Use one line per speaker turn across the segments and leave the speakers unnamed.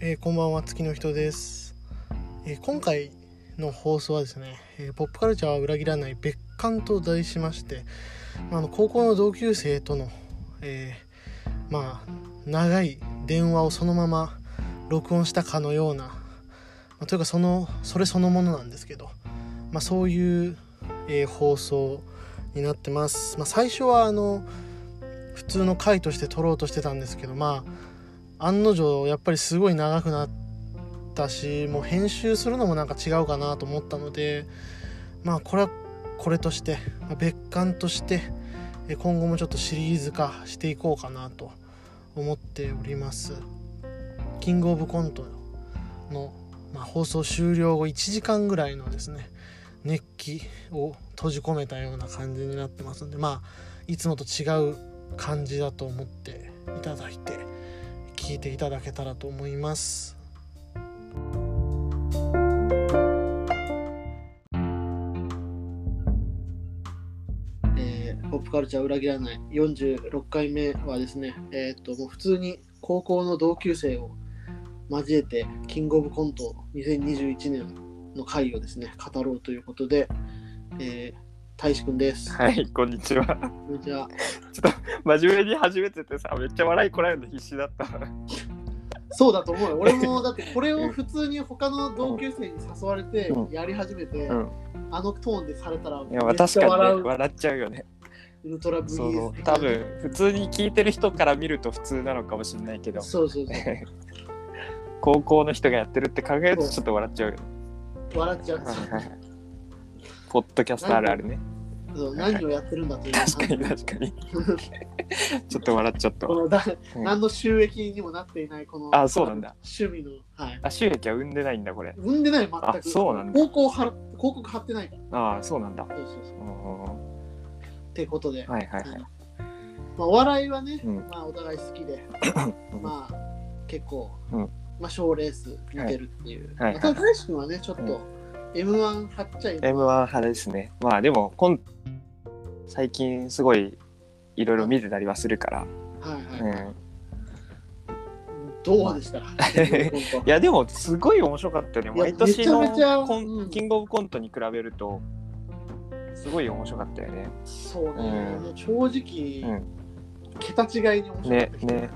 えーこんばんは月の人です、えー今回の放送はですね、えーポップカルチャーは裏切らない別館と題しまして、まあ、あの高校の同級生との、えーまあ長い電話をそのまま録音したかのような、まあというかそのそれそのものなんですけど、まあ、そういう、えー放送になってます、まあ、最初はあの普通の回として撮ろうとしてたんですけどまあ案の定やっぱりすごい長くなったしもう編集するのもなんか違うかなと思ったのでまあこれはこれとしてまあ別館としてえ今後もちょっとシリーズ化していこうかなと思っておりますキングオブコントの、まあ、放送終了後1時間ぐらいのですね熱気を閉じ込めたような感じになってますんでまあいつもと違う感じだと思っていただいて聞いていただけたらと思います。えーポップカルチャー裏切らない46回目はですね、えーっともう普通に高校の同級生を交えてキングオブコント2021年の回をですね語ろうということで、えー、大志くんです。
はい、こんにち は。
こんにちは。
真面目に初めててさ、めっちゃ笑いこらえるの必死だ った。
そうだと思う よ。俺もだってこれを普通に他の同級生に誘われて
うん
やり始めて、
うん
あのトーンでされたら
い
め
や、
っ
確
ちゃ
か
笑
に、ね、
う。
笑っちゃうよね。
ウルトラ VS
その多分普通に聞いてる人から見ると普通なのかもしれないけど、
そうそうそ
高校の人がやってるって考えるとちょっと笑っちゃう よね。
う。笑っ ちゃう。
ポッドキャストあるあるね。
そう何をやってるんだという感じ
確かに 確かに。ちょっと笑っちゃった
こ
わ。
のだ、
うん
何の収益にもなっていないこの
あそうなんだ
趣味の、はい、
あ、収益は生んでないんだ、これ。
産んでない全く
あそうなんだ
広告貼広告貼ってないか
ああ、そうなんだ。
らそうそうそううん
うん
ってことで、
はいはい
うん
はい。
まあ、お笑いはね、
うん
まあ、お互い好きで
うん
まあ結構、
うん
まあ、賞レース見てるっていう、
はいはい
まあただ大志君はねちょっと m 1張っちゃい
M1 派ですね。まあでも、今最近すごいいろいろ見てたりはするから。
はいはい、
うん、
どうで した、本
いやでもすごい面白かったよね
いや
毎年の
めちゃめちゃ
コン
うん
キングオブコントに比べるとすごい面白かったよね
当そうね、
うん
もう正直、
うん
桁違いに面白かったけど
ねね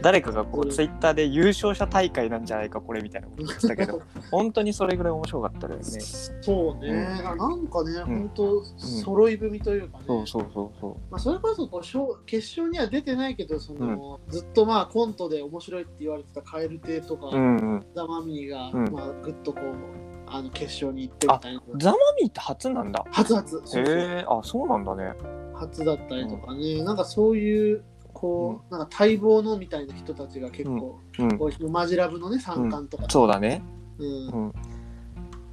誰かがこ
う
うんツイッターで優勝者大会なんじゃないかこれみたいなこと言ってたけ ど本当にそれぐらい面白かったよね
そうね、
うん
なんかね、
ん
本当揃い踏みというかね、
そうそうそうそ
まあ、それこそこう勝決勝には出てないけどその、ずっとまあコントで面白いって言われてた蛙亭とか、
ううんうん
ザ・マミィが、
うん
まあ、ぐっとこうあの決勝に行ってみたいな
ザマミィって初なんだ
初初
へ
そうそう
えあそうなんだね
初だったりとかね、なんかそういうこう、なんか待望のみたいな人たちが結構、
うん
こうマジラブのね三冠とか、
そうだね
うん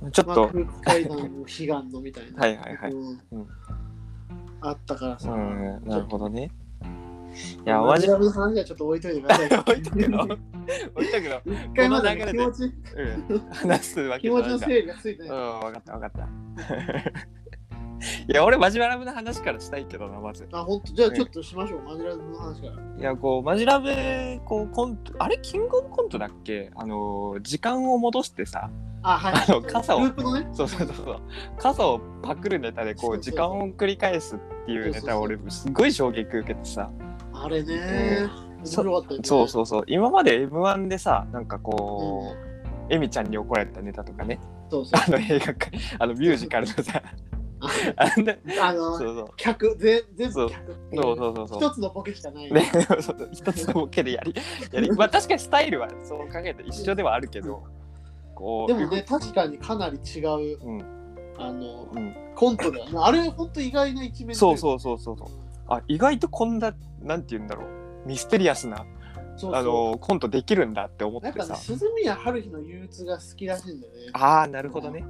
うんちょっ
まあ、
と
空気階段の悲願のみたいな
はいはいはい
うん
うん
あったから
う
さ、
んなるほどね
い
いやマ
マジ
ジ
ラブの話はちょっと置いといてください
置いとくの置いとくの
一回まだ、ね、気
この流れで
持ち
うん話すわ
気
けじゃ
持ち
な
の
いんだ
整理がついて
うん、
ない。
分かった分かった。いや、俺、マジラブの話からしたいけどな、まず。
あ、本当じゃあちょっとしましょう、マジラブの話から。
いや、こう、マジラブ、こう、コント、あれ、キングオブコントだっけあの、時間を戻してさ、
あ、はい。
あの傘を
ループのね。
そうそうそうそう、傘をパクるネタで、こ
そう
う、
そうそう
時間を繰り返すっていうネタを
そうそ
俺、すごい衝撃受けてさ、
あれね。面白かったよね。
そうそうそう、今まで M1 でさ、なんかこう、エミちゃんに怒られたネタとかね、
そうそう。
あの映画か、あのミュージカルのさ、あんな、
あ
そう
の、
そう、
客、全全
そ
部
う
客ってい
そう
う。
そうそうそう。
一つのボケしかない。
ね、そう一つのボケでやりやり、まあ、確かにスタイルはそう考えて一緒ではあるけどこう
でもね、確かにかなり違う、
うん
あの、
うん、
コントだよね。あれ、本当意外な一面
そう
う。
そうそうそうそうあ意外とこんななんて言うんだろうミステリアスな
そう
あ
そう。
のコントできるんだって思っ
やってぱね、
さ
鈴宮春日の憂鬱が好きらしいんだよね。
ああなるほどね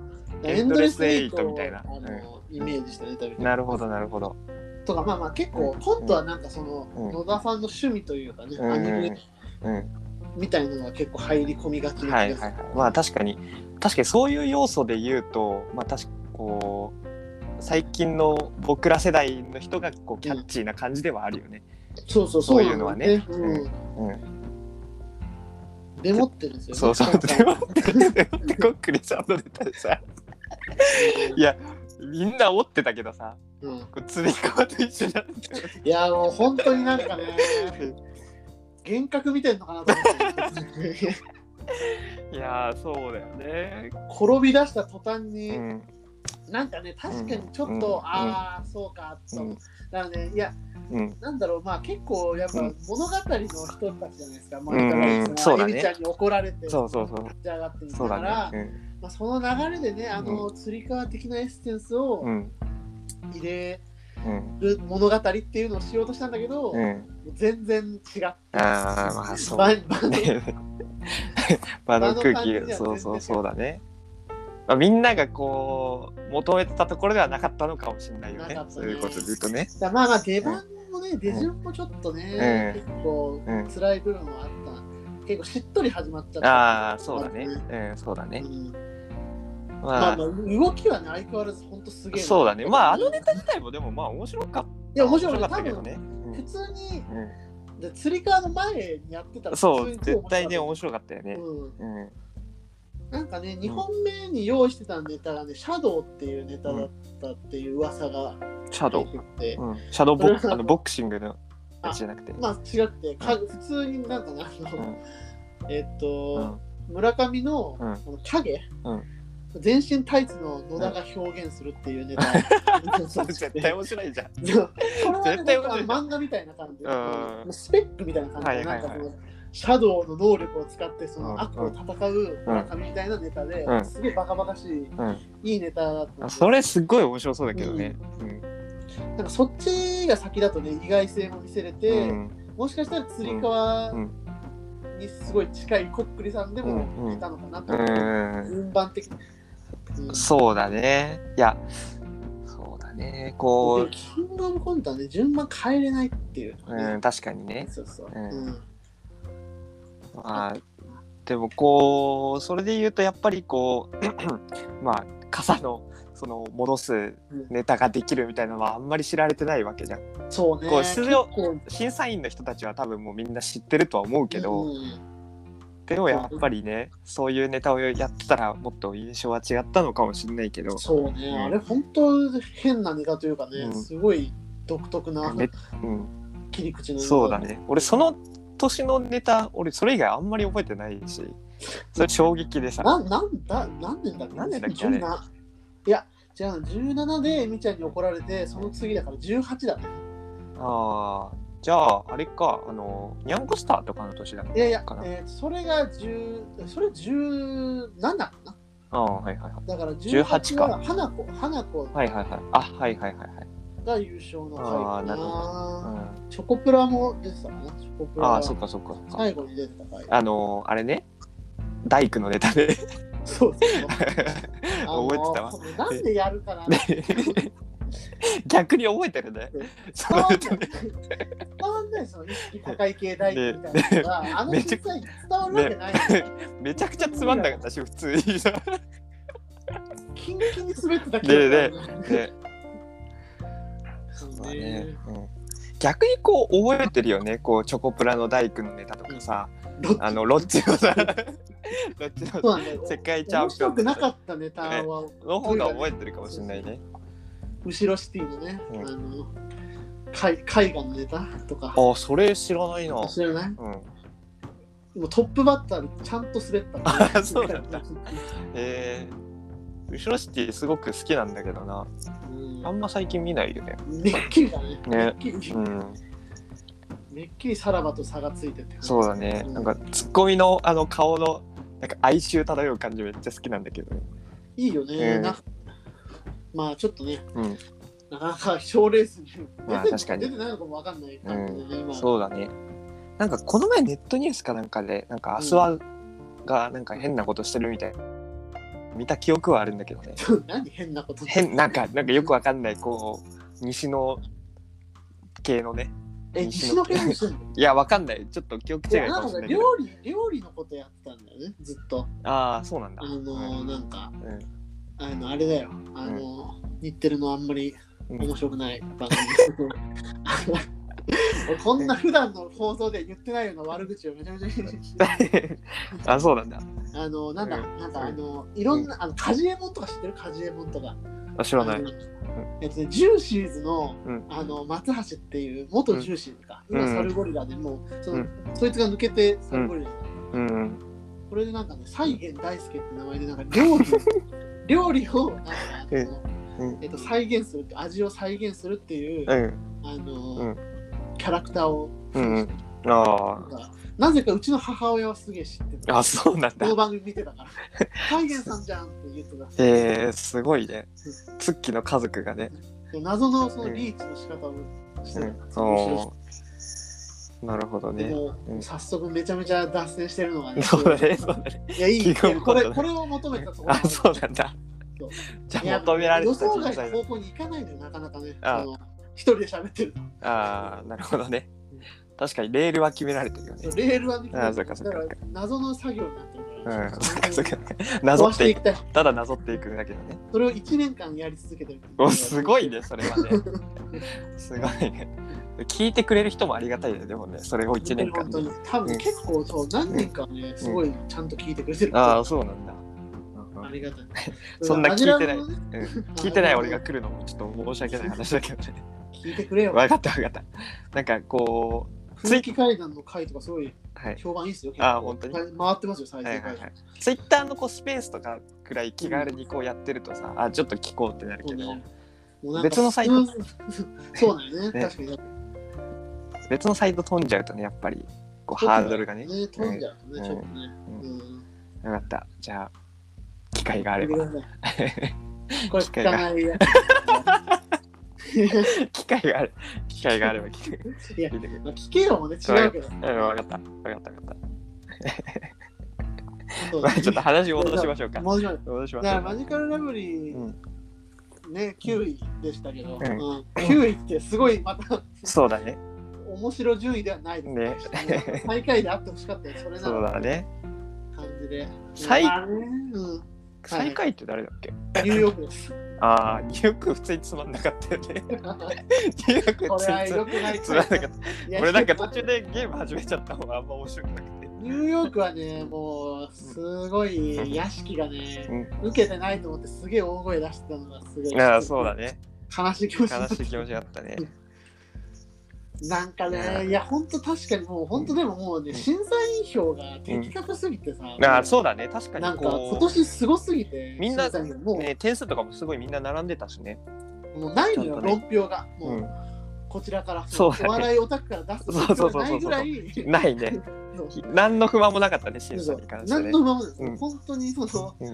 エンドレスエイトみたいな
エンドレスエイトをあのイメージしたネタみたい
なるほどなるほど
とかまあまあ結構
うん
コントはなんかその、
うん
野田さんの趣味というかね、
うん
アニメ
うん
みたいなのが結構入り込みがちな気が
は
す
い
る、
はいはいまあ確かに確かにそういう要素で言うとまあ確かこう最近の僕ら世代の人がこうキャッチーな感じではあるよね、
そうそう
そういう
なだ
のはね
うん
うん
デモってですよね。
そうそう
今回
でもでコックリちゃんのネタでさいやみんな折ってたけどさ
うん、い
こうつり革と一緒になってる
やもう本当になんかね、幻覚見てんのかなと思って。
いやーそうだよね、
転び出した途端
う
に、
ん
なんかね、確かにちょっと、
うん
ああ、そうか、と。
うん
だからね、いや、
うん、
なんだろう、まあ結構やっぱ
う
物
ん
語の人たちじゃないですか、まあ、
うんうん
だから
そうだね
エミちゃんに怒られて、
そうそうそう
立ち上がっていた
そう
から、
だね
まあ、その流れでね、あの、つり革的なエッセンスを
うん
入れ
うん
る物語っていうのをしようとしたんだけど、
うん、うん、
全然違って。
ああまあそう
場 場の
ね場の空
場の感じでは全
気
然
そうそうそうだね、まあ、みんながこう求めてたところではなかったのかもしれないよ
な
ね
かったね
そういうことで言うとね
だまあまあ出番もね、出順もちょっとね、結構
うん
辛い部分はあった、結構しっとり始まっちゃった
ああそうだねうんそうだね
うんま
ま
あ、
あ
まあ動きはね相変わらず本当すげえな
そうだねまああのネタ自体もでもまあ面白かった
いや面白か
か
っ
ったた
け
け
ど
ど
ね
ね
普通に
うんうん
で釣り革の前にやってたら
そ
普
う
通に
絶対ね面白かったよね
白い、うん、
うん
なんかね2本目に用意してたネタがね「シャドウ」っていうネタだったっていう噂が
シャド
出
ウ
てきて、
うんシャドウボッ
それ
ク
は
あのボクシングのやつじゃなくて
まあ違くてか普通になんかねあ
う
の、
ん
えっ
う
と、
ん
村上の,、
うん
この影、
うん
全身タイツの野田が表現するっていうネタ、
それ絶対面白いじゃん
そうこれはね
絶対面白い
なんか漫画みたいな感じ、
うん
スペックみたいな感じで、
はいはいはい
なんかそのシャドウの能力を使ってその悪
う
を
ん
戦う村上みたいなネタで、
うん
すげえバカバカしい、
ん
いいネタだったん
あ
で
それすっごい面白そうだけどねうん
なんかそっちが先だとね意外性も見せれて、
うん
もしかしたらつり革
うん
にすごい近いこっくりさんでも
うん
いたのかなと
う
思う、
ん
順番的に。うん
そうだねいやそうだね
で
こ
もキングオブコントはね順番変えれないっていう、
ううん確かにね
そうそう、
うん
うん
まあでもこうそれで言うとやっぱりこう まあ傘のその戻すネタができるみたいなのはあんまり知られてないわけじゃん
そうね
こう出場
結構
審査員の人たちは多分もうみんな知ってるとは思うけど、
うん
でもやっぱりねそういうネタをやってたらもっと印象は違ったのかもしれないけど
そうね、
うん
あれ本当変なネタというかね、
うん
すごい独特な
ねうん、
切り口のネタ
そうだね俺その年のネタ俺それ以外あんまり覚えてないしそれ衝撃でさ
ななんだ何年だっけ
何年だっけあれ
17いや違う17でエミちゃんに怒られてその次だから18だね
あーじゃああれかあのニャンコスターとかの年だ
いやいや
かな、
えーそれが10それ17かな
ああはいはいはい
だから18
18か
は花子花子
はいはいはい。あ、はいはいはいはい。
が優勝の回
あ
か
ー
な
なるほ
チョコプラも出てたかなチョコプ
うん、
ラ
あ
は
あ、そっかそっかそっか。
最後に出てた回
あのー、あれね、大工のネタで
そうそうそ うあの
覚えてたわ。
なんでやるかな
逆に覚えてるね。そ
伝
の
わんな
ネ
い
タね
伝わんないその意識高い系大工みたいなのがあの
めちゃ
実際伝わるわけないよね
めちゃくちゃつまんなかったし、普通にさ。
キンキンに滑ってたけ
ねえ
ど
ね、
そう
そうだね
ね
うん逆にこう覚えてるよね、こうチョコプラの大工のネタとかさ、
ロッ
あのロッチ のさ、ロッチ
そ
の
うなんだよ
世界チャ
面
ンピオ
白
ン
く
の
なか
ネ
ったネタは
タの方が覚えてるかもしれないね。
後ろシティのね、
うん
あの海海岸のネタとか
あ、それ知らないな。
知らない
うん。
もうトップバッターでちゃんと滑った
あ そうなんだえー、後ろシティすごく好きなんだけどな。
うん
あんま最近見ないよね。
めっきりだね。
ね
めっきり
うん。
めっきりさらばと差がついてて。
そうだね。
うん
なんかツッコミのあの顔のなんか哀愁漂う感じめっちゃ好きなんだけどね。
いいよね。
うん
なまあちょっとね、
うん。
なかなか賞レースに
まあ
出て
確かに
出てないのかもわかんない感じでね、今。
そうだね。なんかこの前ネットニュースかなんかでなんかアスワがなんか変なことしてるみたいな。見た記憶はあるんだけどね。
ちょっと何変なこと。
変なんかなんかよくわかんないこう西の系のね。
え、西野健してんの
いやわかんない。ちょっと記憶
い
違い
や
か
な
も
ん
し
か
れ
ね
ないけど。
料理、料理のことやってたんだよね、ずっと。
ああそうなんだ。
あの、なんか、
うん
あの、あれだよ。あの、日テレのあんまり
うん
面白くない番組。俺こんな普段の放送で言ってないような悪口をめちゃめちゃ言う
あ、そうなんだ。
あの、なんだ、なんか
うん
あの、いろんな、あの、カジエモンとか知ってるカジエモンとか。
あ知らない
あ。のえっとね、ジューシーズの,、
うん
あの松橋っていう元ジューシーズか、今
うん
サルゴリラでもうその、
うん
そいつが抜けてサルゴリラ、
うん。
これでなんかね再現大輔って名前でなんか料理 料理をなんかあの、
うん
えっと、再現するって味を再現するっていう、
うん。
あの、
うん
キャラクターを、
うんうん
な
あ
んかなぜかうちの母親はすげえ知って
あ。
た
あ、そうなん
こ
だ
の。番組見てたから 再現さんじゃんって言ってた
えー、すごいね。ツッキーの家族がね。
謎のそのリーチの仕方をして
う
た、
ん。
面白
おーなるほど
いで
ね。
も
うん
早速めちゃめちゃ脱線してるのがね。
そうだね。そうだね。
いや、 いい。い
気が向
や
くこ
ことれ、
ね
これを求めたところ。
あ、そうなんだ
そう。
じゃ
いや
あ求められて
予
た
想
人
外
材
の。方向に行かないのよ、なかなかね。
ああ
その一人で喋ってると。
ああ、なるほどね。確かにレールは決められてるよね
そう。レールはできない
ああそうかそうか
だから、謎の作業になってる
う
から。
ん。 そっかそっか。なぞ
壊
っ
して
て
い
い
き
く。
たい。
ただなぞっていくだけだね。
それを一年間やり続けてる。
おすごいね。それはねすごいね聞いてくれる人もありがたいねでもねそれを1年間
本当
で
に多
う
分
ん
結構そう何人かはね、すごいちゃんと聞いてくれてる
あ
か
あそうなんだ
らありがたい
そんな聞いてない
アジラもね
うん聞いてない俺が来るのもちょっと申し訳ない話だけどね
聞いてくれよ
分かった分かったなんかこうツ
空
イ
気階段の回とかすごい
はい
評判いいですよ。
あー本当に
回回ってますよ、最
は
近
いはいはいツイッターのこうスペースとかくらい気軽にこうやってるとさあちょっと聞こうってなるけど別のサイト。
もうなんか そうなんよね、
ね
確かに。
別のサイト飛んじゃうとねやっぱりこうハードルがね
ね、飛んじゃうと
う
ね、
ん
ちょっとね。
う
うん
分かったじゃあ機会があれ
ごめ
ば
んなさいこれ
機
聞
会が
かないや
機会があれ機会があれば聞いて
つ。い や
聞、いてくれ
まあ聞けよもね、違うけど。
うん、分かった。分かった、 分かっ
そう
た。ちょっと話を戻しましょうか。
戻しましょう
戻しま
だ
し
から
ょうか
マ。ジカルラブリ
う
ー、
ん、
ね、9位でしたけど、
ん
うん9位ってすごいまた
そうだね。
面白順位ではないですね。最下位であってほしかったよ、それな
そう
ら
だね。
感じで。
最
まあねうん
最下位って誰だっけ、
ニューヨーク です。
ああ、ニューヨーク普通につまんなかったよね。ニューヨーク
こ
普
れは
通
良
に
くない
つまんなかっ
い
た。
や
俺なんか途中でゲーム始めちゃった方があんま面白くなくて。
ニューヨークはね、もう、すごい屋敷がね、受けてないと思って、すげえ大声出してたのが、すごい。
ああ、そうだ。ね。
悲しい気持ちにな
悲
った
しい気持ちがあったね。
なんか
う
ね、
ん
いや、ほんと確かにもう、ほんとでももうね、
うん
審査員票が的確すぎてさ、
ああ、そうだね。確か
な
に
んか今
こ
年すごすぎて、
みんな
審査員票も
う、ね、点数とかもすごいみんな並んでたしね。
う、もうないの
ちょ
よ、
っとね
論評が。もう、
うん
こちらから、
そうだね
お笑いオタクから出す
そうそうそうそう
ないぐらい、
ないね。
そう
何の不満もなかったね、審査
そう
に関して
何
ね
の。ままです、
うん
本当にその、
うん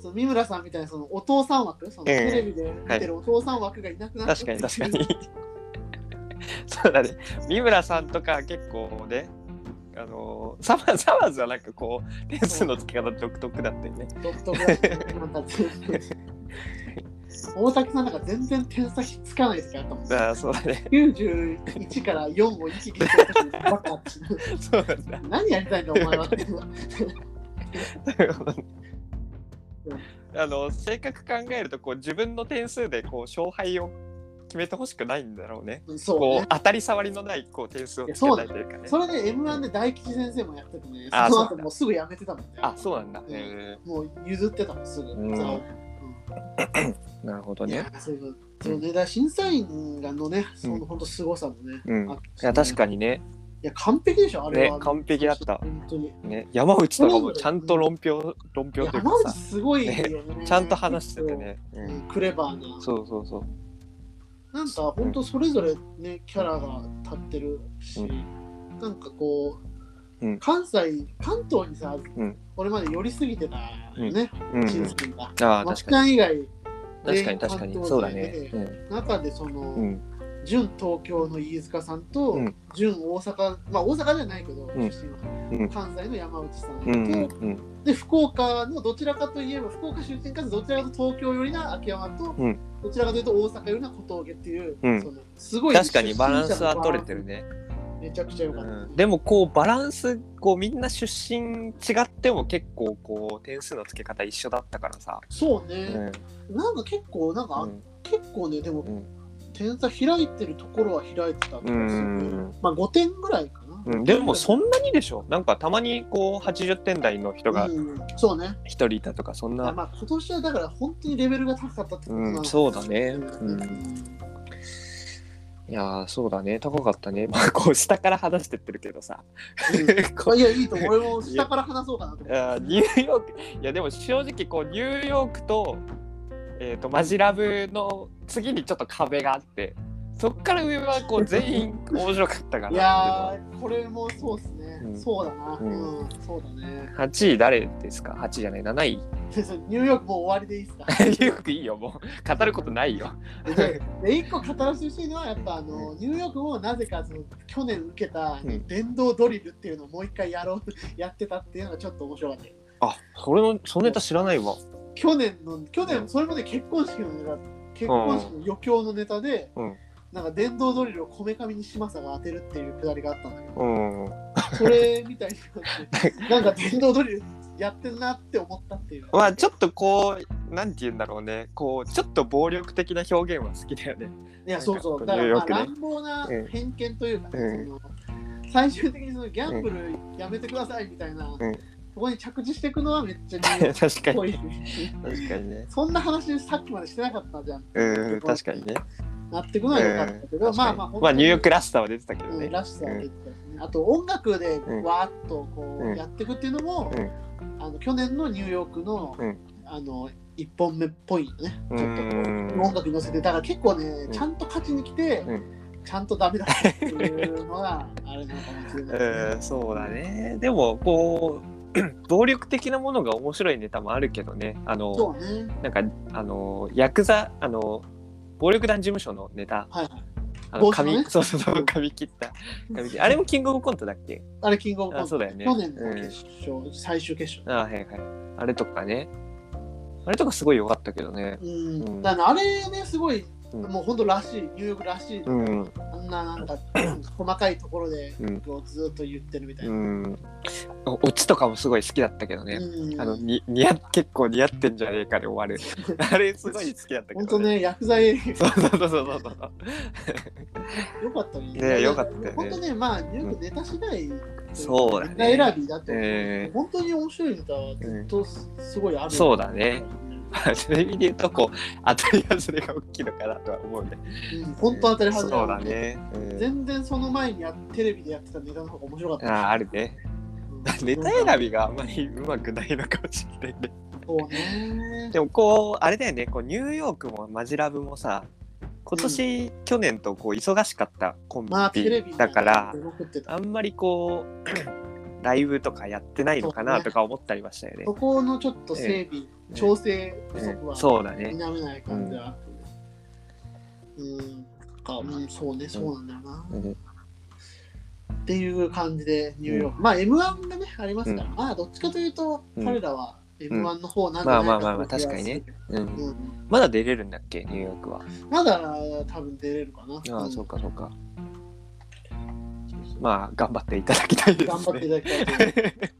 その三村さんみたいなそのお父さん枠その
ええ
テレビで見てるお父さん枠がいなくなった
確かに確かに そうだね三村さんとか結構ねあのーサマサマーズはなんかこう点数の付け方独特だったよね
独特だなんか 大滝さんなんか全然点先つかないですから多分
ああそうだね
91から4を行き来してる時にバカって
そうなんだ
何やりたいんだお前はって
なるほどね あの性格考えるとこう自分の点数でこう勝敗を決めてほしくないんだろうね
そう
こ
ね
う当たり障りのないこう点数をつけたいというかね
それで M1 で大吉先生もやっててね
あ
その
そ
後
うだ
もうすぐやめてたもんね
あそうなんだ
うん
へ
もう譲ってたもんすぐ、
うん
その
えなるほど
い
ね
やそういうことそうねだから審査員がのね、その本当すごさもね、
うん
あ
いや確かにね
いや、完璧でしょ、あれは。
ね完璧だった
本当に。
ね山内とかもちゃんと論評論評というか
山
さ
内すごいよね。
ちゃんと話しててね。
う。
うんん、
クレバーな。
そうそうそう。
なんか、本当それぞれね、キャラが立ってるし、
う
なんかこう、
うん
関西、関東にさ、
うん
これまで寄りすぎてたよね、
う
チー
ん
ズ、君が。
ああ
まっ
確
ちゃ
か
ん以外、
に確かに確かにそうだね。
中でその、
うんうん
純東京の飯塚さんと、
うん
純大阪、まあ大阪じゃないけど、
ん
出身は
うん
関西の山内さんと、
うんうん
で福岡のどちらかといえば福岡出身かつどちらかと東京寄りな秋山と、
うん
どちらかというと大阪寄りな小峠っていう、
うん
そのすごい
確かにバランスは取れてるね。
めちゃくちゃ良かった、
うん、でもこうバランスこうみんな出身違っても結構こう点数の付け方一緒だったからさ。
そう
う
ね、
ん
なんか結構なんか、
うん
結構ねでも、
うん
点差開いてるところは開いてた気がす
う
る。
ん、
まあ5点ぐらいかな。
うん、でもそんなにでしょなんかたまにこう80点台の人が
うん、そうね。
一人いたとかそんな、
まあ今年はだから本当にレベルが高かったってことなのか
う
なん
そうだね
うん
うんいやーそうだね高かったねまあこう下から話してってるけどさ こ
まあいや、いいと思う。俺も下から話そうかなと
う
思
いやーニューヨークいやでも正直こうニューヨークと,、えー、とマジラブの次にちょっと壁があってそっから上はこう全員面白かったか
う。い
ら
やー、これもそうですね。
うん
そうだな、う
うん
ん。そうだね。
8位誰ですか8位じゃない7位ニ
先生ニューヨークもう終わりでいいですか
ューヨークいいよもう語ることないよ
でで一個語らせてほしいのはやっぱあのニューヨークもなぜかその去年受けた
うん
電動ドリルっていうのをもう一回やろうやってたっていうのがちょっと面白かったよ
あそれのそのネタ知らないわ
去年の去年それまで結婚式のネタ結婚式の余興のネタで、
うん
なんか電動ドリルをこめかみに嶋佐が当てるっていうくだりがあったんだけど
うん
それみたいになってなんか電動ドリルやってんなって思ったっていう
まあちょっとこうなんて言うんだろうねこうちょっと暴力的な表現は好きだよね
いや、そうそう。
な
だ
ん
か、
から
まあ、
よくね
乱暴な
うん
偏見というかね、
うん
その最終的にそのギャンブルやめてくださいみたいな、
ん
そこに着地していくのはめっちゃ
確か
こうい
に
う。
確かにね
そんな話さっきまでしてなかったじゃん。
うん確かにね
なってくのは良かったけど、
うん
まあまあ、
まあニューヨーク
ら
らしさは出てたけどね、
らしさは出てたですね。あと、音楽で
うん
わーっとこ
うん
うやっていくっていうのも、
うん
あの去年のニューヨークの、
うん
あの1本目っぽいよね。
う
ちょっと
ん
音楽に乗せてだから結構ね
ん
ちゃんと勝ちに来て、
うん
ちゃんとダメだったっていうのがあれなのかもしれ ないですね、
うんそうだねでもこう 暴力的なものが面白いネタもあるけどねあの
そうね
なんかあのヤクザあの暴力団事務所のネタ
はいはい
あの
帽子のね
髪そうそうそう髪切った髪切ったあれもキングオブコントだっけ
あれキングオブコ
あ
ン
そ
ト
うだよね
去年の
うん
決勝、最終決勝
あはいはい。あれとかね。あれとかすごい良かったけどね。
うん、
うん
だからあれねすごい、
うん
もうほんとらしいニューヨークらしい、
ん。
あんななん か細かいところで、
うん
こうずっと言ってるみたいうな、
ん。おオチとかもすごい好きだったけどね。
うん
あのに似合結構似合ってんじゃねえかで終わる。あれすごい好きだったけ
ほん
ど
とね、薬剤映
そうそうそうそうそう。
画よかったね。
ねよかったよね
ほんとね、まあ、ニューヨークネタ次第、
そうだね
ネタ選びだと思う
え
本当に面白いネタはずっとすすごいある、
そうだねー、そういう意味で言うとこう当たり外れが大きいのかなとは思うね。
うん。本当当たり外れ
そうだね。うん
全然その前にやテレビでやってたネタの方が面白かっ
あ
た。
ーあるね。ネタ選びがあんまりうまくないのかもしれないね。
そうね。
でもこうあれだよねこうニューヨークもマジラブもさ今年、去年とこう忙しかったコン
まあテレビ
ビだから、
出まくってた
あんまりこう ライブとかやってないのかな
そうね
とか思ったりましたよね
そ。このちょっと整備、
え
調整不
うん
足は
そうだ
否
ね。
めない感じはある。うん。かうん、そうね、そうなんだよな。
うん
っていう感じで、ニューヨーク。まあ、M1 がね、ありますから、まあ、どっちかというと、彼らは M1 の方なんじゃないか
まあまあまあまあ
という気が
確かにね
する
うん
うん
まだ出れるんだっけニューヨークは。
まだ多分出れるかな。
ああ
ん
そうかそうか。まあ頑張っていただきたいで
頑
す
張って
ね。
いただきたいと思い ます。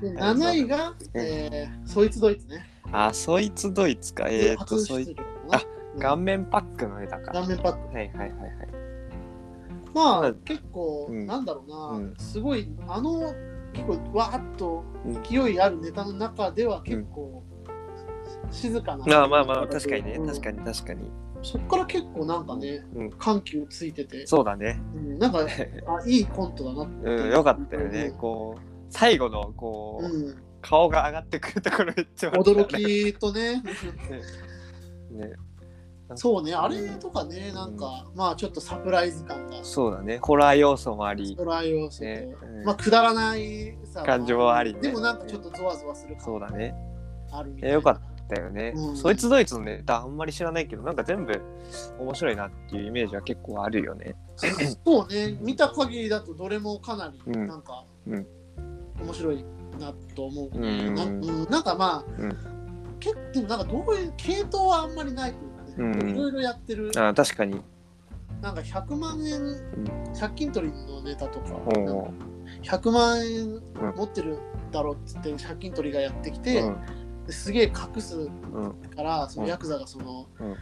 で7位が、えー、そいつドイツね。
あそいつドイツかえー、っと
初
そ
出場
い
か
あ
な。
顔面パックのネタか。
顔
は
面パック。
いはいはいはい。
ま
まあ
あ、結構、
うん
なんだろうな、
うん
すごい、あの、結構、わーっと勢いあるネタの中では結構、静かな。
まあまあまあ確かにね確か
に。
に確かに。
そっから結構なんかね、
うん
緩急ついてて、
そうだね。
うんなん か、あいいコントだなって。
うん、よかったよね。こう、最後の、こう、
うん、
顔が上がってくるところめっちゃ
驚
笑ったね。
きとね、
ね、
そうね、あれとかね、なんか、まあちょっとサプライズ感が、
そうだね。ホラー要素もあり
ド、ライ要素と、
ねうん
まあくだらないさ
感じもありね
でもなんかちょっとゾワゾワする
そう
感
だね。
があるみたい
え
な。
よかったよね、
うん
そいつドイツのネタあんまり知らないけど、なんか全部面白いなっていうイメージは結構あるよね。
そうね、見た限りだとどれもかなり、
うん
なんか、
うん
面白いなと思う。
うん
なうんなんかまあ、
う
結構でもなんかどういう系統はあんまりないというかね、
うん
いろいろやってる、
あ確かに。
なんか100万円、借金取りのネタとか、
お
なんか
お。
100万円持ってるだろうっつって借金取りがやってき
う
て、
ん。
ですげえ隠す
うん。
からそのヤクザがその、
うん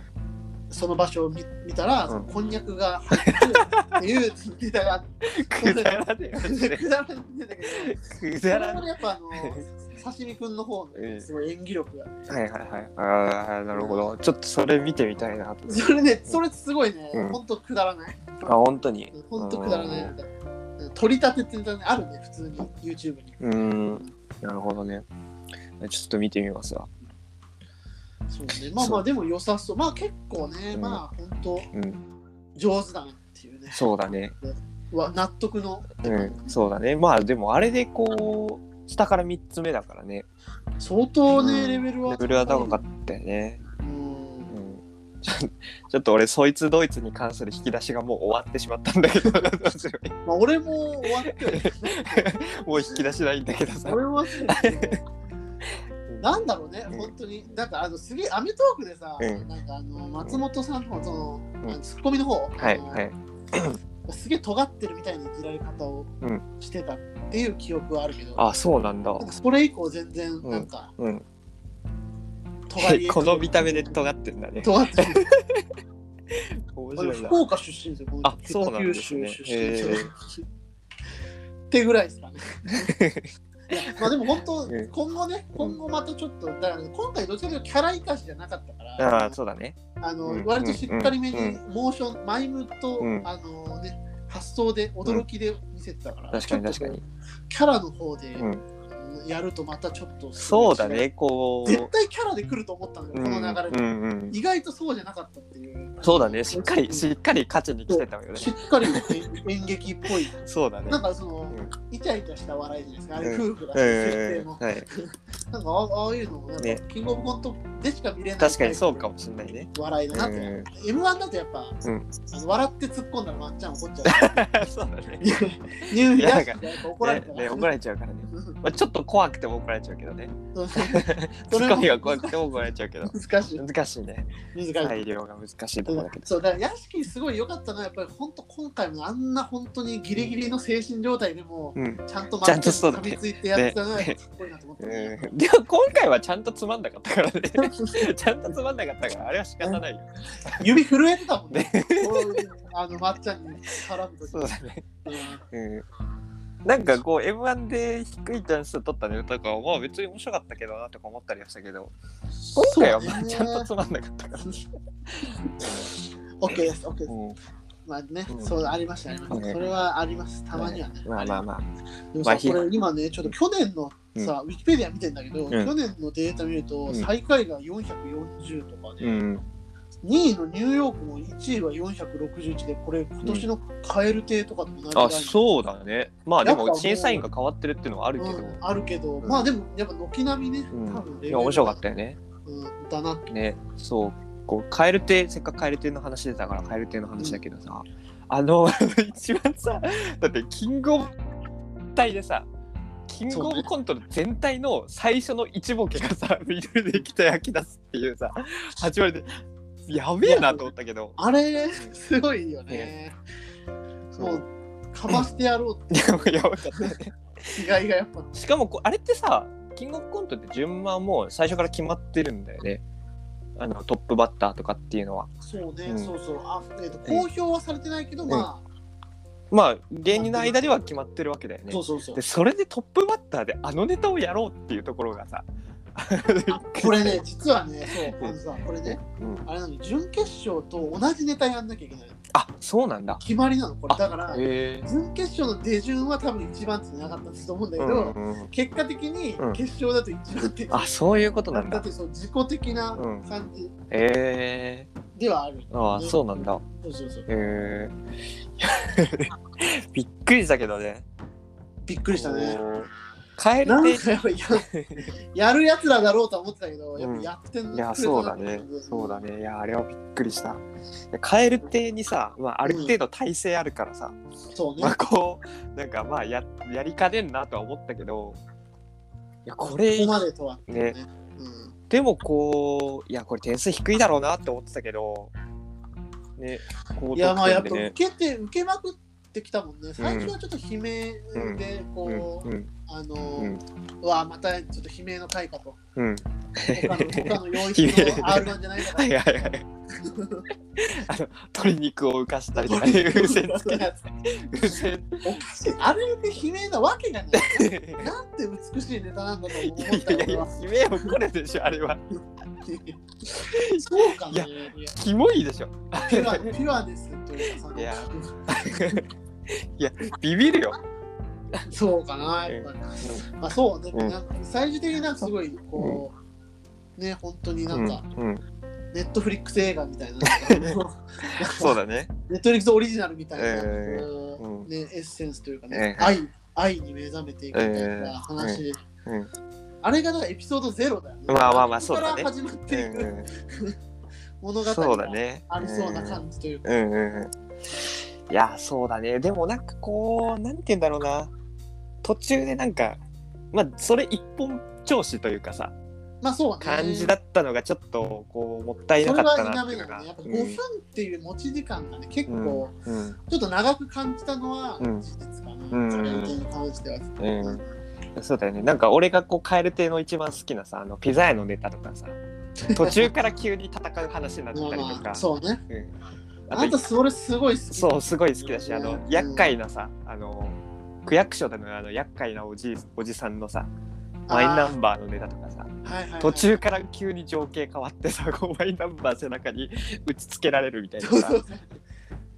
その場所を見見たら、
うん
こんにゃくが入ってるっていうネタがあって
くだらねえ マジで
くだらないんだけど
く
そ
だ
れ
らね
もやっぱあの刺身くんの方のすごい演技力が、
えはいはいはいああなるほどちょっとそれ見てみたいなと
それねそれすごいね、
うん
ほんとくだらない
あ本当に
ほんとくだらないネタうん取り立てってネタねあるね普通に YouTube に
うーんなるほどねちょっと見てみますわ
そうねまあまあでも良さそうまあ結構ね、
うん
まあほんと
うん
上手だなっていうね
そうだね
わ納得の
うんそうだねまあでもあれでこう下から3つ目だからね
相当ね、
うん
レベルは
レベルは高かったよね
うん
うんちょちょっと 俺そいつドイツに関する引き出しがもう終わってしまったんだけど
まあ、俺も終わって はいる
もう引き出しないんだけどさ
俺も終わってるけどなんだろうね、本当に。なんか、あの、すげえ、アメトーークでさ、
うん
なんか、あの、松本さんの、その、
ん
あのツッコミの方、
はいはい
すげえ尖ってるみたいな切られ方を
うん
してたっていう記憶はあるけど、
あそうなんだ
なんかそれ以降全然、なんか、
うん
尖り
この見た目で尖ってんだね
尖ってる。
面
俺
白いな
福岡出身ですよ、僕
あそうなんですね
九州出身
へえ
ってぐらいです かね。いやまあでも本当
うん、
今後ね、今後またちょっと、だから今回どちらかというとキャラ生かしじゃなかったから、
ああそうだね
あの
うん
割としっかりめに
うん
モーション、マイムと、
うん
あのね、発想で驚きで見せてたから、
確かに確か
ちょっと
に
キャラの方で、
うん
やるとまたちょっと、
そうだ。ねこう
絶対キャラで来ると思ったんだよ、この流れで、
うんうんうん
意外とそうじゃなかったっていう。
そうだねしっかり
うん
しっかり勝ちに来てたよね
しっかり演演劇っぽ い。
そうだね
なんかその
うん、
イチャイチャした笑いじゃないですか。あれ、
う
夫婦だし、設定
うん
も。
はい
なんかあ、ああいうのも、なんか
ね、
キングオブコントでしか見れない。
確かにそうかもしれないね
笑いだなって。
うん
M1 だとやっぱ、
うん
あの笑って突っ込んだらまっちゃん怒っちゃう。
そうだね
ニュー
い
ヒ
や
ラ
なん
し
か
てやっぱ怒られた
ねね怒られちゃうからね
うん
まあちょっと怖くても怒られちゃうけどね
そう
ツッコミが怖くても怒られちゃうけど
難しい。
難しいね
難しい。
配慮が難しいところだけど
そうだから屋敷すごい良かったのはやっぱり本当今回もあんな本当にギリギリの精神状態でも
うん
ちゃんと
ちゃんとそうだ
噛
ね
みついてやってたのが
ね
すごいなと思ったね。
うんでも今回はちゃんとつまんなかったからね ちゃんとつまんなかったからあれは仕方ないよ
指震えてたもんね。こういうあのまっちゃんに絡むとき
そうだねうんなんかこう m 1で低い点数取ったネタとかはまあ別に面白かったけどなとか思ったりはしたけど今回はまあちゃんとつまんなかったから、
オッケーです、オッケーです。
うん
まあね、
うん
そうありました、ありました。
ね
それはあります、たまにはね。
まあまあまあ
でも
ま
さ、
あひ
これ今ね、ちょっと去年のさ、ウィキペディア見てんだけど、
ん
去年のデータ見る
う
と、
ん
最下位が440とかで、
うん
2位のニューヨークも1位は461で、これ今年のカエル亭とかと同じぐらい
あそうだねまあでも審査員が変わってるっていうのはあるけど、
うんあるけど、
ん
まあでもやっぱ軒並みね、
うん
多分レベルが
いや面白かったよね
うんだなって。
ねそうこう蛙亭せっかく蛙亭の話出たから蛙亭の話だけどさ、あの 一番さだってキングオブ体でさキングオブコントの全体の最初の一ボケがさ 緑でた焼き出すっていうさ始まりでやべえなと思ったけど
あれ、すごいよね。もう、かましてやろうって
いややばかったよね
気概がやっぱ。
しかもこうあれってさキングオブコントって順番もう最初から決まってるんだよねあのトップバッターとかっていうのは
そうね、
うん
そうそう。あ、えっ、と、公表はされてないけど、
うん
ま
まあ芸人の間では決まってるわけだよ
あ、
ね
そうそうそう
で。それでトップバッターであのネタをやろうっていうところがさ
あこれね、実はね、そう、
うん
あのさ、これね、
うん
あれなの、準決勝と同じネタやんなきゃいけない。
あそうなんだ
決まりなの、これ。
あ
だから、
へえ
準決勝の出順は多分一番ってなかったと思うんだけど、結果的に
うん
決勝だと一番って、
あそういうことなん
だ
だ
ってそう自己的な感じ
へえ
ではある。
ああそうなんだ
そうそうそう。
へえ びっくりしたけどね
びっくりしたね。
帰
なん
るで
かやっぱや やるやつらだろうとは思ってたけど、やっぱやってんの、
いやそうだねそうだねいやあれはびっくりしたカエル亭にさ、まあ、ある程度体勢あるからさ、
そうね
まあこうなんかまあややりかねんなとは思ったけどいやこれ
ここまでとはっていうね
ね
うん、
でもこういやこれ点数低いだろうなって思ってたけどね高得点でね
いやまあやっぱ受けて受けまくっってきたもんね最初はちょっと悲鳴でこう、
うん
あ
う
の
ん
うわまたちょっと悲鳴の回か と
うん
他の他の領域
悲鳴
の R なんじゃないか
は
ない
はいはい あの鶏肉を浮かしたりとか ね風船つけるやつ風船
おかしいあれで悲鳴なわけがないなんて美しいネタなんだと思
いや
っ
い
た
や
よ
い
俺
や
は
夢をこれでしょあれは
そうか
い
ね
やキモいでしょ
ピュアピュアですというかさ
いやビビるよ
そうかなやっぱりまあそうね、
うん
なんか最終的になんかすごいこう、ね本当になんか、
うんうん
ネットフリックス映画みたいななんか
そうだね
ネットフリックスオリジナルみたいな、
ええ
こう
うん
ね、エッセンスというか
え
ね、
え
愛愛に目覚めていくみたいな話、
えうん
あれがだからエピソードゼロだよね
まあまあまあ
ここから
そうだ
始まっていく
うん
物
うん
語
そうだ
が
ね
ありそうな感じというか、
うんうんうんいやそうだねでもなんかこうなんて言うんだろうな途中でなんかまあそれ一本調子というかさ
まあそうね
感じだったのがちょっとこうもったい
そ
な
れ
か
は
っ
否
たなって
め
い
な
う
い
のが
ねやっぱ5分っていう持ち時間がね結構、
うん
ちょっと長く感じたのは
うん
事実かな、
うん
それに関しては。
うんそうだよねなんか俺がこう蛙亭の一番好きなさあのピザ屋のネタとかさ途中から急に戦う話になったりと
まあま
か
あ、 そうね。
うん
あ
あ
んた
と
それすごい好き。
そうすごい好きだしあの
うん
厄介なさあの区役所でのあの厄介なおじおじさんのさ
あー
マイナンバーのネタとかさ
はいはいはい
途中から急に情景変わってさこうマイナンバー背中に打ちつけられるみたいな
そう
さ
そうそう。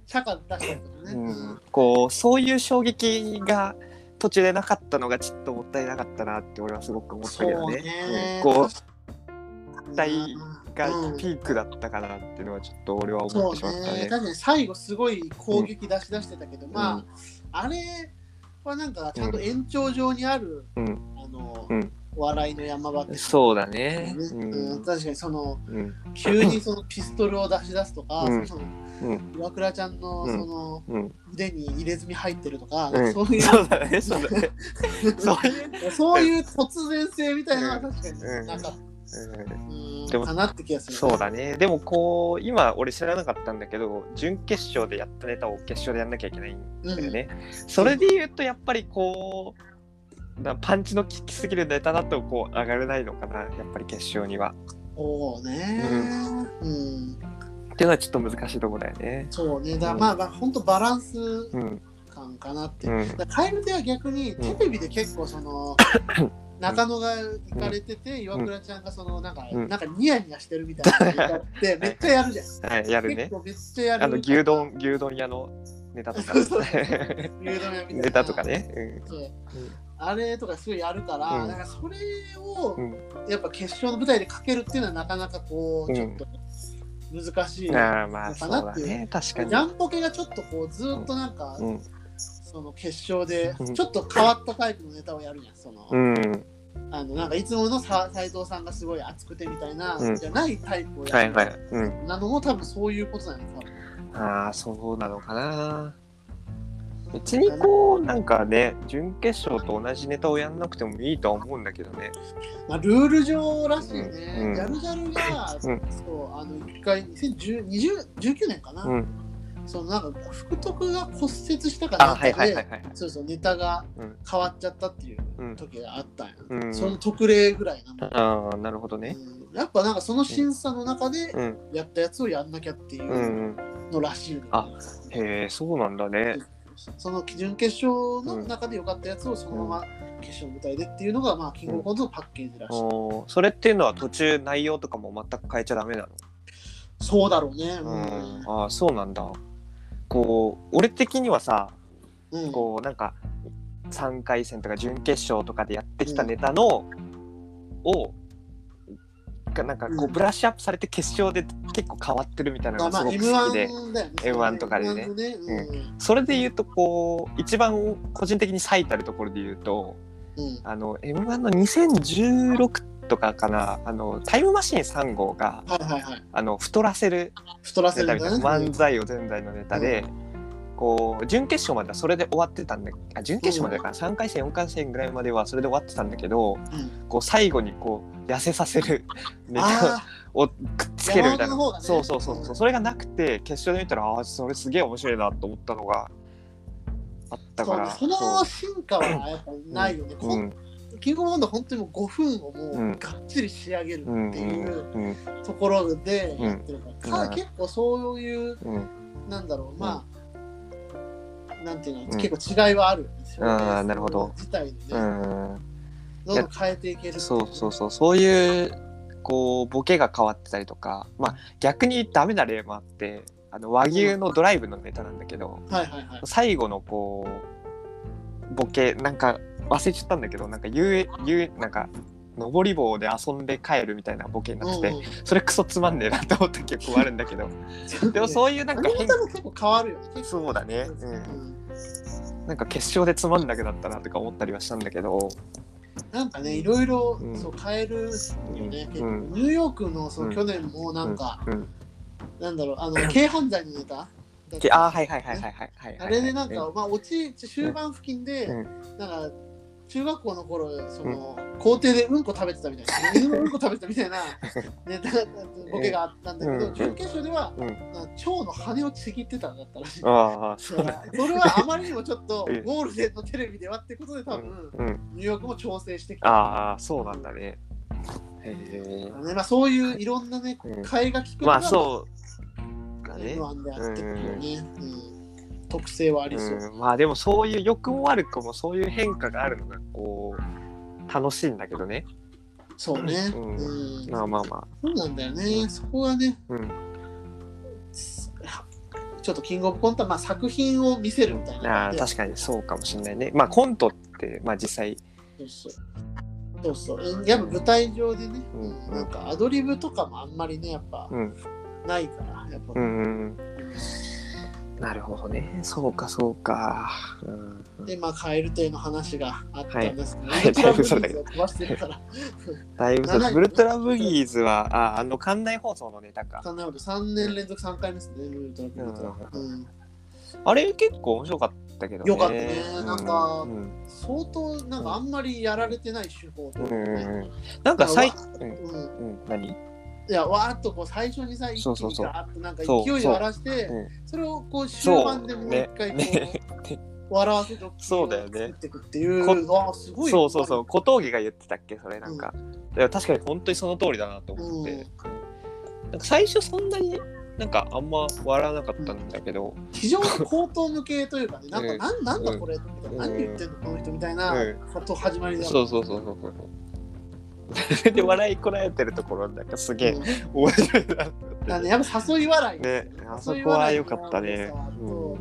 社会出したりとかね。
うんこうそういう衝撃が途中でなかったのがちょっともったいなかったなって俺はすごく思った
そ
けど
う
ね。
ね。
うんこう
う
対が
うん
ピークだったかなっていうのはちょっと俺は思
そ
ってしまっ
う
た
ね。
ね。
確かに最後すごい攻撃出し出してたけど、まあ、あれはなんかちゃんと延長上にある、
うん
あの、
うん
お笑いの山場っていうか
そうだ
ね
ね。う
うん
ん
確かにその、
うん
急にそのピストルを出し出すとか、
うん
その
うん
岩倉ちゃんの
うん
その
うん
腕に入れ墨入ってるとか、
うん
そういう
そうだね。そう だね。 そういう。
そういう突然性みたいなのは確かに
うん
なんか、
うん
うん、
でも
かなって気がする、
そうだね。でもこう今俺知らなかったんだけど準決勝でやったネタを決勝でやんなきゃいけないん
うん、
だよね。それで言うとやっぱりこうなパンチの効きすぎるネタだとこう上がれないのかなやっぱり決勝には。
そうね、うん
っていうのはちょっと難しいところだよね。
そうねだから
うん
まあまあ本当バランス
うん
感かなって、
う
だ
ん
から蛙亭は逆にテレビで結構そ の、中野が行かれてて、岩倉ちゃんがそのなんか、
うん
なんかニヤニヤしてるみたいなのや ってめっちゃやるじゃん
はい やるね
結。構めっちゃやる
あの牛丼牛丼屋のネタとか。
そうそう牛丼屋みたいな
ネタとかね。うん
そうあれとかすごいやるから、
うん
なんかそれを
うん
やっぱ決勝の舞台でかけるっていうのはなかなかこう
うん
ちょっと難しい、
ああまあ
の
そ
か
う
な
だ
っていう
ね確か
ジャ
に。
ンポケがちょっとこうずっとなんか、
うん
その決勝で
うん
ちょっと変わったタイプのネタをやるじゃんその、
うん
あのなんかいつものさ斉藤さんがすごい熱くてみたいな、
うん
じゃないタイプを
は
や
い
る、
はい。うん
なのも多分そういうことなの多分
ああそうなのかな。別にこうなんかね準決勝と同じネタをやんなくてもいいとは思うんだけどね。
まあ、ルール上らしいね、
うん
ジャルジャルが、
うん
そうあの1回2010 2019年かな、
うん。
そのなんか福徳が骨折したかな
あ
ん
はい
か
はいはい
で
はい。
そうそうネタが
うん
変わっちゃったっていう
うん
時があったんや、
うん
その特例ぐらいなの、
ああなるほどね。
うんやっぱなんかその審査の中で
うん
やったやつをやんなきゃってい
うん
う
うん。
のらしいのよ、
あへえそうなんだね。
その基準決勝の中で良かったやつをそのまま決勝の舞台でっていうのがまあキングオブコントのパッケージらしい、
おーそれっていうのは途中内容とかも全く変えちゃダメなの
そうだろうね
うん、ああそうなんだこう俺的にはさ
うん、うん、
こうなんか3回戦とか準決勝とかでやってきたネタの、をがなんかこ
う
うんブラッシュアップされて決勝で結構変わってるみたいな
まあま
のが
すあ
ごく好きで、
M1 だよね
M1 とかでね
M1 ねうん
それで言うとこう一番個人的に最たるところで言うと
うん
あの m 1の2016とかかなあのタイムマシーン3号が
はいはいはい
あの太らせる
太らせ
ネ
る
タ
ん
みたい
だ
な
ね
漫才を前代のネタで、こう準決勝まではそれで終わってたんだあ準決勝までかな、3回戦4回戦ぐらいまではそれで終わってたんだけど
うん
こう最後にこう痩せさせる ネ
あ
タ
あ
をくっつけるみたい
山本の方
な、
がね
そうそうそうそうそれがなくて決勝で見たらああそれすげえ面白いなと思ったのがあったから
そうねその進化はやっぱないよね、
う
こ
ん
んキングオブコントは本当にもう5分をもうがっちり仕上げる
う
っ
ん
て
う
い
ん
う
うん
ところでやってるから、か
うん
結構そういう
うん
なんだろうまあ、なんていうの、
ん
結構違いはあるよね
ああなるほど
自体で
う
ね、
ん
どんどん変えていける
そうそうそうそういうこうボケが変わってたりとかまあ逆にダメな例もあってあの和牛のドライブのネタなんだけど
はいはいはい
最後のこうボケなんか忘れちゃったんだけどなんか遊遊なんか登り棒で遊んで帰るみたいなボケになって
うん
て
うん
それクソつまんねえなと思った結構あるんだけ どでもそういうなんか
髪
変
型も結構変わるよね。結構
そうだね
う
うん
ん
なんか決勝でつまんだけだったなとか思ったりはしたんだけど
なんかね、いろいろ
うん
そう変えるよね。結構
うん
ニューヨークのそううん去年もなんか、
うん
なんだろう、あの、軽犯罪のネタ
であーはいはいはいはいはいはいはい
あれでなんか、まあ、落ち、終盤付近で、
う
なんか、中学校の頃、その、校庭でうんこ食べてたみたいな、犬のうんこ食べてたみ たいなネタ、ボケがあったんだけど、
うん
準決勝では、
うん
なんか蝶の羽をちぎってたんだったらしい。
ああそ
だ
う
か
だ
らそれはあまりにもちょっと
うん
ゴールデンのテレビではってことで多分、
うん
ニューヨークも調整してきた、
ああそうなんだねへえ
ねまあ、そういういろんなね
うん
替えが利くの
ま
が
あそうだね
M1 であってくるよね、うん特性はありそう、
うん、まあでもそういう欲も悪くもそういう変化があるのがこう楽しいんだけどね
そうね、う
うんんまあまあま
そうなんだよねそこはね
あ、うん、
ちょっとキングオブコントはまあ作品を見せるみたいな
ああ確かにそうかもしれないねまあコントってまあ実際
そうそうそうそうやっぱ舞台上でね、
うん
なんかアドリブとかもあんまりねやっぱ
うん
ないからやっぱ、
うんうんうんなるほどねそうかそうか、うん、
で、まあ、カエル亭の話があったんですけど、
はい
ウルトラブギ
はいだ
ーズ
いぶ
を飛ばしてるから、
だいぶそう
長い
ウルトラブギーズはああの館内放送のネタか
考えると3年連続3回目ですね、ウルトラブギーズは。うん、
あれ結構面白かったけどね
よかったねなんか
うん
相当、なんかあんまりやられてない手法と
う
いうんか
うん
ね
うんなんか最う
う
ん
ん、
うん何
いや、わーっとこう最初にさ、一気
そうそう
に
そう
ガーッとなんか
そう
勢いで笑わして、そ
うん
れをこう終盤でもう一回こう、
そうねね
笑わせてお
そうだよね
っていくっていう、
こ
わーすごい。
そうそうそう小峠が言ってたっけそれなんか、でも確かに本当にその通りだなと思って、なんか最初そんなになんかあんま笑わなかったんだけど、
非常に口頭向けというかね、なん か、
うん
なんなんだこれみたいな、
うん
何言ってんのこの人みたいな、こと始まりだ
そうそうそうそうそうそ れで笑いこらえてるところなんかすげ
う
え
ん
面白いなって
だね、やっぱ誘い笑いですよ
ねあそこは良かったね
誘い笑いの
う
面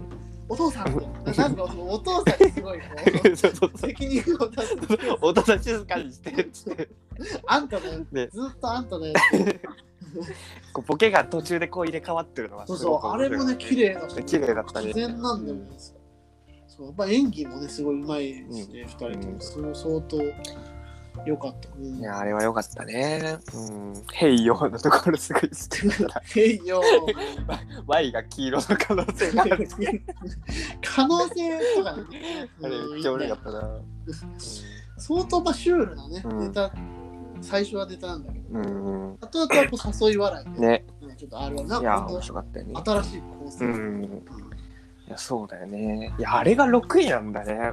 白さとお父さんってななんかそのお父さんにすごいこう
そう そうそう
責任を出す
おとな静かにしてっ つって
あんたのずっ
ね
とあんたのや
こうボケが途中でこう入れ替わってるのが
つそう
す
そ
ごく
うあれもね
面白い
綺麗だし
綺麗だったね
自然なんだよねそうやっぱ演技もねすごいうまいしね、
うん
二人ともその相当良かった、うん、
いやあれは良かったねうん「へいよ」のところすごい好きだから
へいよ
Y が黄色の可能性がある
可能性とかね
あれめっちゃ面白かったな。
相当まあシュールなね、
うん
ネタ最初はネタなんだけど
うん。
あとはこう誘い笑いね
ね。
ねちょっとあれはないん
や、
か
面
本
白かったよね。
当新しい構成、
うん。いや、そうだよね。いや、あれが6位なんだね。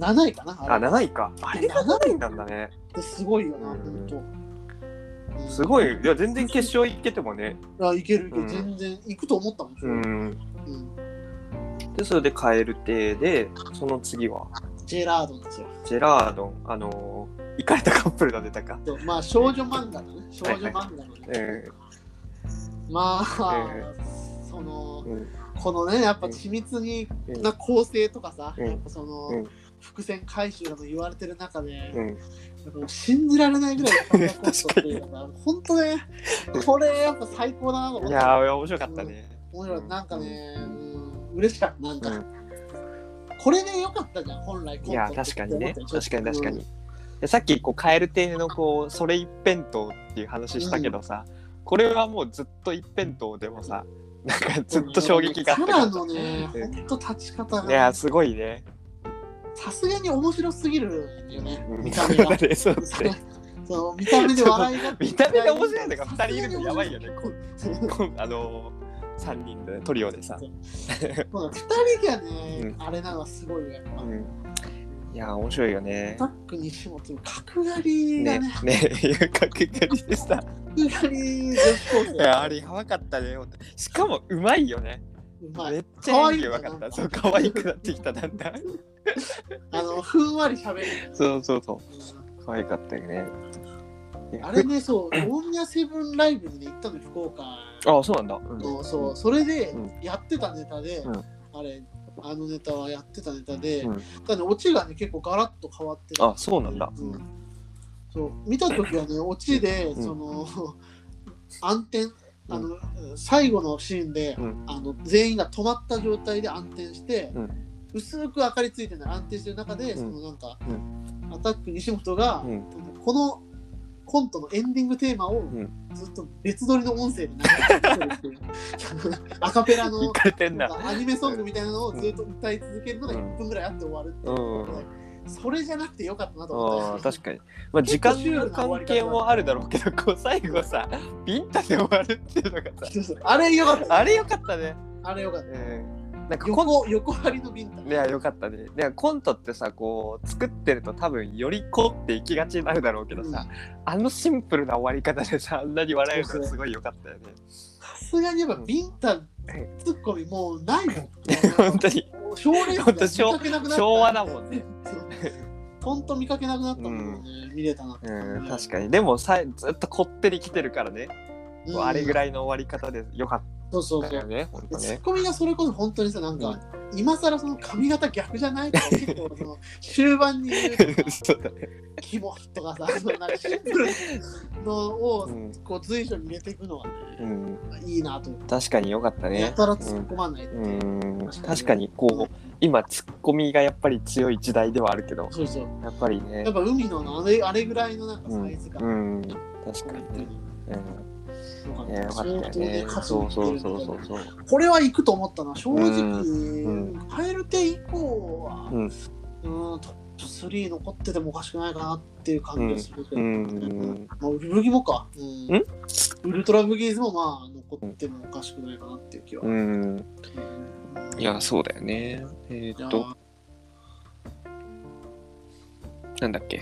7位かな
あ、
あれ
7位か。あれが7位なんだね。
ってすごいよな、
うん
本当。
すごい。いや、全然決勝行けてもね。
い。あ、いけるいける、
うん
全然行くと思ったもん。
う
う
ん。
ん
で、それでカエル亭で、その次は、
ジェラードンですよ。
ジェラードン、あのー、イカれたカップルが出たか。
そうまあ少女漫画だね。少女漫画だね。
う
まあ、
え
その
ん。うん。
このねやっぱ緻密に
うん
な構成とかさ、
うん
やっぱその、
うん
伏線回収だと言われてる中で、
うん。
なんかもう信じられないぐらいのコストっていう のが本当ねこれやっぱ最高だなと思って
いやー、面白かったね。
面白い
うん
なんかね、うん、嬉しかったなんか、
うん
これで良かったじゃん本来コント
いや
って
確かにね
ちょっと
確かに確かに、でさっきこうカエル亭のこうそれ一辺倒っていう話したけどさ、これはもうずっと一辺倒でもさなんかずっと衝撃があっ
キャ
たから
ラ
さ
のね本当立ち方
いや
が
すごいね
さすがに面白すぎるよね
うん
見た目が
そうだねそうだね
そう見た目で笑いが
見た目が面白いのが2人いるのやばいよ
ね
ねこうこうあのー3人でトリオでさ、
この2人がね、
う
あれなのはすごいよ、やっぱ。
うん、いや面白いよね
タック西本の角刈りが
ね
ね、
ね遊郭狩りでさ
角刈り女子高
い
生。
やあれやばかったねしかもうまいよね
うま
め
い
っちゃ演技
可愛い
うまかったそう可愛くなってきただんだん
あの、ふんわり喋る。
そうそうそう可愛かったよねいや
あれね、そう、大宮セブンライブにね行ったの、福岡
あそうなんだ、うん
の、そう、それで
う
やってたネタで、
うん
あれ、あのネタはやってたネタで、
うん
ただね、オチがね、結構ガラッと変わってた
あそうなんだ、
うんそう見た時はねオチで、
うん
その暗転あの、最後のシーンで、
うん
あの全員が止まった状態で暗転して、
うん
薄く明かりついてない暗転してる中で、
うん
そのなんか、
う
アタック西本が、
うん
このコントのエンディングテーマを
ん
ずっと別撮りの音声で流して るっていうアカペラ
い
の
かれてん
なん
な
かアニメソングみたいなのをずっと歌い続けるのが1分ぐらいあって終わるっていうことで、それじゃなくてよかったなと思った
あー確かに、まあ、時間の関係もあるだろうけどこう最後さビンタで終わるっていうのがさ
そうそう あれよかった。
あれよかったね、
あれよかった。
うん、なんかこん
横横張りのビンタ。
いやよかったねでコントってさこう作ってると多分よりこうっていきがちになるだろうけどさ、あのシンプルな終わり方でさあんなに笑えるのすごいよかったよね
さすがにやっぱビンタツッコミもうないもん。
本当に
もう賞レース
本当
で見かけなくなった。
昭和だもんね、
そう。ほんと見かけなくなったもんね。見れたなって
う
感
ん、
じ。
確かにでもさずっとこってりきてるからね、
に
あれぐ
い。
らいの終わり方でよかっ
そうそう
た
そ
よ
う。
ね本当
ツッ
ね
コミがそれこそ本当にさなんか、今更その髪型逆じゃないとか結構その 終盤に言うとか
そうだね、
キモとかさそのなんかシンプルのを
うん
こう随所に入れていくのは
うん、
いいなと思って
確かに良かった
や
ね。
たら突っ込まないって
う
いう。
ん、確かにこう今ツッコミがやっぱり強い時代ではあるけど、
そうそう。
やっぱりね
やっ、ぱ海野のあれあれぐらいのなんか
う
サ
ん
イズ、感。
うん、確かにね、うん、いや良かったよね。そうそうそうそうそう。
これは行くと思ったな正直、
うん
蛙亭以降は、
うん
うんトップ3残っててもおかしくないかなっていう感じがするけ
う
ど、
ん、
まあ、ウルブギもか、うん
ん
ウルトラブギーズもまあ残ってもおかしくないかなっていう気は、
うん、
うん
いやそうだよね。え
い
ー
や
っとなんだっけ。い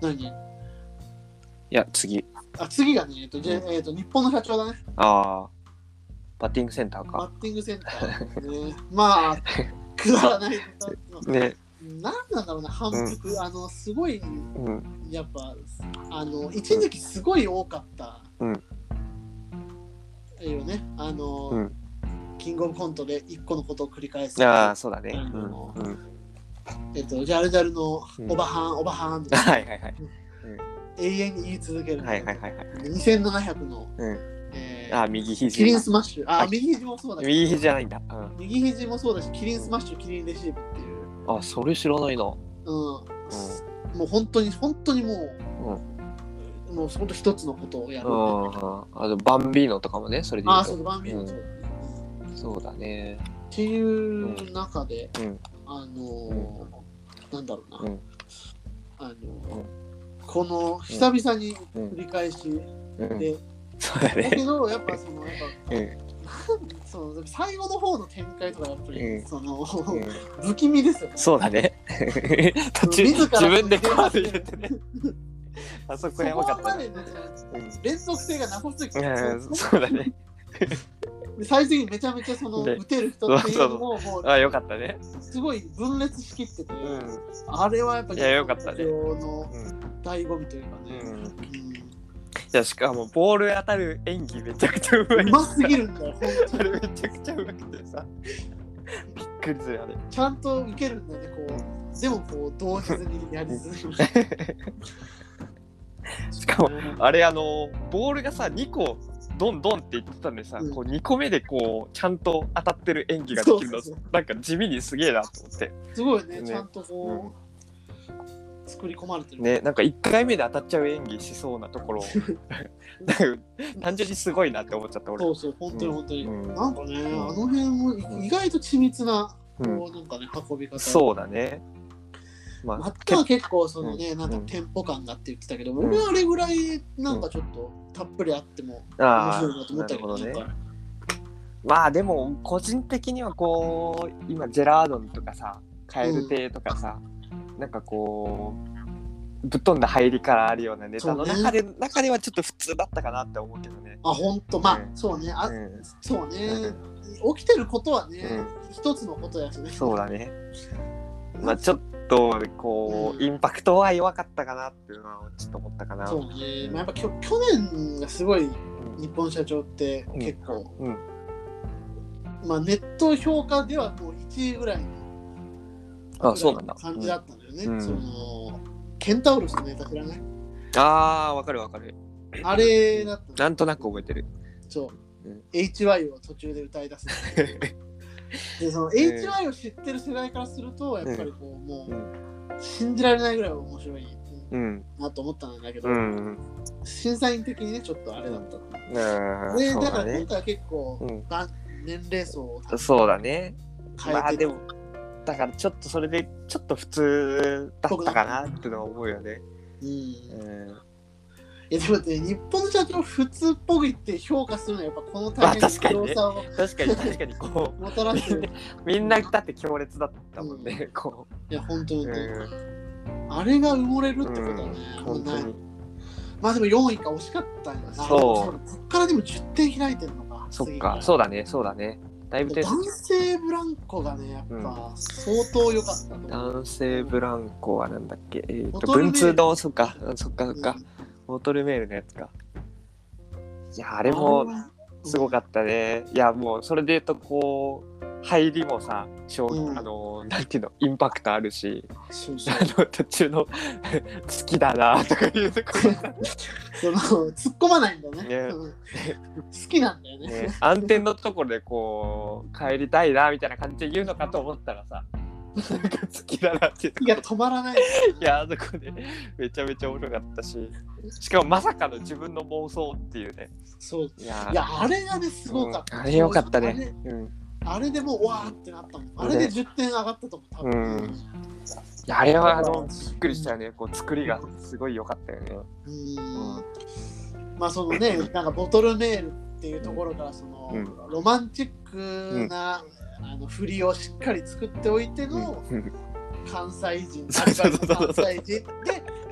何
や次、
あ次がね、えっとじゃえっと日本の社長だね
ああ、バッティングセンター
バッ
か。
ティングセンター、ね、 まあくだらないネタ
ね、
なんなんだろうな反復、あのすごい
うん、
やっぱあの一時期すごい多かった、
うん
よねあの、
うん
キングオブコントで一個のことを繰り返す
ああそうだね。うん、うん、
えっとジャルジャルの
うん
おばはん、おばはんって
はいはいはい、
永遠に言い続ける、
はいはいはいはい。
2700の、
うん、
えー
あ右
キリン
肘。
スマッシュあ
あ
右肘もそうだけど
右肘じゃないんだ。うん
右肘もそうだしキリンスマッシュキリンレシーブっていう、
あ、それ知らないな。
うんもう本当に本当にもう、もう本当一つのことをやる、
うん。あと、バンビーノとかもね、それで言
ああ
う
そう
と。
バンビーノそうだね、
そうだね。
っていう中で、
うん
あのーなんだろうな、
うん
あの
う
ー
ん
この久々に
う
繰
ん。
り返し
うん、
で、
そうだ
だけ
ね。
どやっぱそのやっ
うん。
ぱその最後の方の展開とかやっぱり、
うん
その、
うん
不気味ですよね。
そうだ ね。途中、
自
自
ら
分でカード入れて ね。あそこやばかったね。
そこまでね連続性がなさすぎて、
うん、そうだね。
で最終的にめちゃめちゃその
で
打てる人っていうのももう
あ、よかったね。
すごい分裂しきってて、
うん。
あれはやっぱり
いやよかったね
の
う
醍醐味というかね、
うん。い
うん
や、しかも、ボール当たる演技めちゃくちゃうまい。
うますぎるんだよ、本当
あ
に
れめちゃくちゃうまくてさ。びっくりするよね。
ちゃんと受けるんだよね、こう。でも、こう、動じずにやり続ける。
しかも、あれあのボールがさ2個ドンドンって言ってたんでさ、
うん
こう2個目でこうちゃんと当たってる演技ができるの
そうそうそ
なんか地味にすげえなと思って
すごいね、
ね
ちゃんとこう、作り込まれてる。
ねなんか1回目で当たっちゃう演技しそうなと ころなんか単純にすごいなって思っちゃった俺
そうそう、本当に本当に。
うん
なんかね、あ
ん
の辺も
ん
意外と緻密な、
うん
こう、なんかね、運び方。
そうだねま
あ
あ
とは結構そのね、なんか
うん
テンポ感がって言ってたけど、
ん
俺はあれぐらいなんかちょっとたっぷりあっても面
あ
白いなと
ー
思っ
な
た
る
け
ほ
ど、
どね
なんか
まあでも個人的にはこう今ジェラードンとかさカエル亭とかさ、なんかこうぶっ飛んだ入りからあるようなネタの中で、中ではちょっと普通だったかなって思うけどね。
あ、ほんと、まあ、
うん
そうね。あ、
うん
そうね
う。
起きてることはね、
う
一つのことやしね。
そうだね。まあちょっとこうインパクトは弱かったかなっていうのはちょっと思ったかな。
そうね。まあ、やっぱきょ去年がすごい、日本社長って結構、
うんうん
まあ、ネット評価ではもう1位ぐらい
あ
の
そうなんだ。
感じだったんだよね。
うん
そのケンタウロスのネタ知らない
ああーわかるわかる。
あれだった
なんとなく覚えてる。
そう、
うん
HY を途中で歌い 出すっていうでその HY を知ってる世代からするとやっぱりこう、もう、
う
信じられないぐらい面白い
うん
なと思ったんだけど、
うん。
審査員的にねちょっとあれだったの
うんそう
でだか
だ
ら
ね
今。回は結構、
うん
ば年齢層を
そうだね。
変
ま
え
あ
て
で
る
もだからちょっとそれでちょっと普通だったかなってのは思うよね。
うん
うん、
いやでもね、日本の社長普通っぽいって評価するのはやっぱこの
まあ
大変な
確かに
動
ね
作を
確かに確かにこ
もたらして る。
うみんなだって強烈だったもんね、こ
いや、本当に、
う、う
あれが埋もれるってことはね、
ん、
もう
本
な
当
い
に
まあでも4位か惜しかったんだな。
そう
こっからでも10点開いてるのか。
そっ
次
か
ら
そうだねそうだねだいぶ手
男性ブランコがね、やっぱ相当良かったと思う。
男性ブランコはなんだっけえー、
ボ
と
トルメール
文通のそっかうんそっかそっか
うん、
ボトルメールのやつかいやあれもすごかったね。いやもうそれで言うとこう入りもさ、衝
うん
あのなんていうのインパクトあるし、
そうそう
あの途中の 好きだなとかいうとこ
その突っ込まないんだね
ね
うん好きなんだよ
ろ、
ね。
ね、暗転のところでこう帰りたいなみたいな感じで言うのかと思ったらさ、なんか好きだなっていうとこ
いや、止まらない。
いやあそこでめちゃめちゃおもろかったし、しかもまさかの自分の妄想っていうね。
そう。
いや
いや、あれがね、すごかった。
うんあれよかった
あれ
ね。うん。
あれでもう、わーってなったもん。あれで10点上がったと思う、多分。
うんいやあれはあのびっくりしたよね。こう作りがすごい良かったよね。
うーんまあそのね、なんかボトルメールっていうところからその、
うん
ロマンチックな、あの振りをしっかり作っておいての関西人、
そうそうそうそ
関
う
西人で、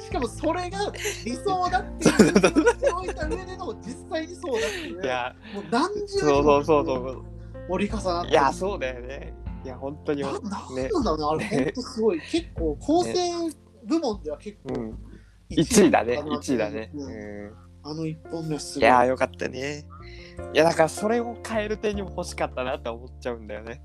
しかもそれが理想だっていうふうにしておいた上での実際にそうだっていう、
いや、
もう何十
そうそうそうそう。
折り重なって
いや、そうだよね。いや、本当に。
な
ね
なんなんだろうね、あれ、本当すごい、結構構成部門では結
う
構
ん。1位だね。
かなって
1位だね。
うん
う
あの1本目はす
ん。い
ごい。
や、よかったね。いや、だからそれを変える点にも欲しかったなって思っちゃうんだよね。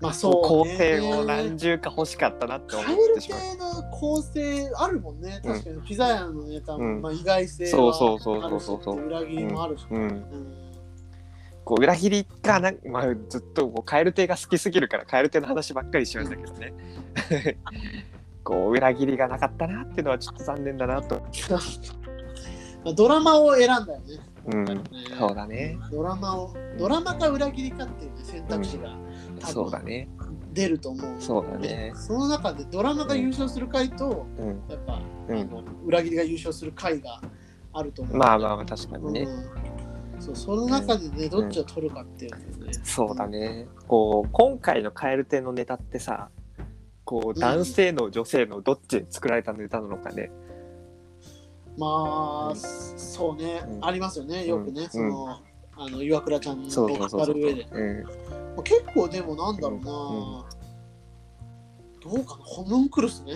まあそう、ね、
構成を何重か欲しかったなって思
カ
っ
エル
てしまう。
系の構成あるもんね。
うん
確かにピザ屋のネタも、
うん
まあ、意外性
そうそうそう
はあるし
そうそうそう
裏切りもあるし。
うん、
うん
こう裏切りかな、まあ、ずっとこうカエル亭が好きすぎるからカエル亭の話ばっかりしましたけどね こう裏切りがなかったなっていうのはちょっと残念だなと、
まあドラマを選んだよね。
うん、
ね
そうだね
ドラマをドラマか裏切りかっていう、ね、選択肢が
そうだね
出ると思う。
そうだね
その中でドラマが優勝する回と、
うん
やっぱ、
うん
あの裏切りが優勝する回があると思う。
まあまあまあ確かにね、
うんそうその中でね、どっちを取るかっていうのね。
そうだねこう今回の蛙亭のネタってさこ
う
うん男性の女性のどっちで作られたネタなのかね、
まあ、
うん
そうね、
うん
ありますよね、よくね、
うん
その、あの岩倉ちゃんの
そうそうそ
語
うそう、
る上で。
うん、
まあ結構でもなんだろうな、どうかな、ホムンクルスね。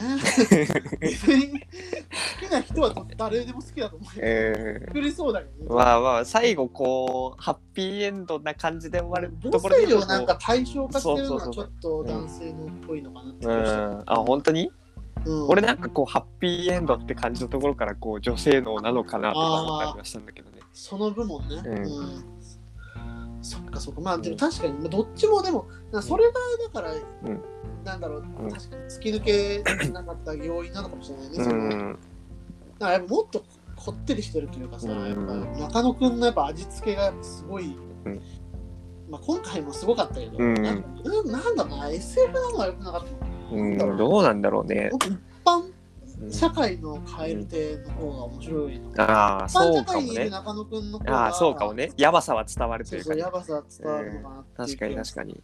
別に好きな人は誰でも好きだと思うよ。
え
作りそうだけど
ー、
ね。
まあまあ最後こうハッピーエンドな感じで終わると
母
ころで
性
言う
を
と
なんか対象化してるの
そ
は
う
ち
そ
ょ
う
っと男性のっぽいのかなって気
う
がした
ん、あ本当に、
うん
俺なんかこうハッピーエンドって感じのところからこう女性のなのかなとか思ったりはしたんだけどね
その部門ね。
うん
うんそっかそっか。まあでも確かに、まあどっちもでも、なそれがだから、
ん
なんだろう、
うん
確かに突き抜けしなかった要因なのかもしれないね。
う
そのだ
ん
からやっぱもっとこってりしてるというかさ、
うん
やっぱ中野くんのやっぱ味付けがすごい、
うん
まあ今回もすごかったけど、
うん
なんかうんなんだろうな、SF なのは良くなかったのかな。
うんどうなんだろうね
僕一般社会の蛙亭の方が面白いの。
ああ、
一般
そ
社
うか
会
も
にいる
ね。
中野くんの方
あ
が
あ、そうかもね。やばさは伝わると
そ
いううか
そう、
ね
や。ばさ伝わるのかなってい
確
う
か
気
に
が
確
す
かに。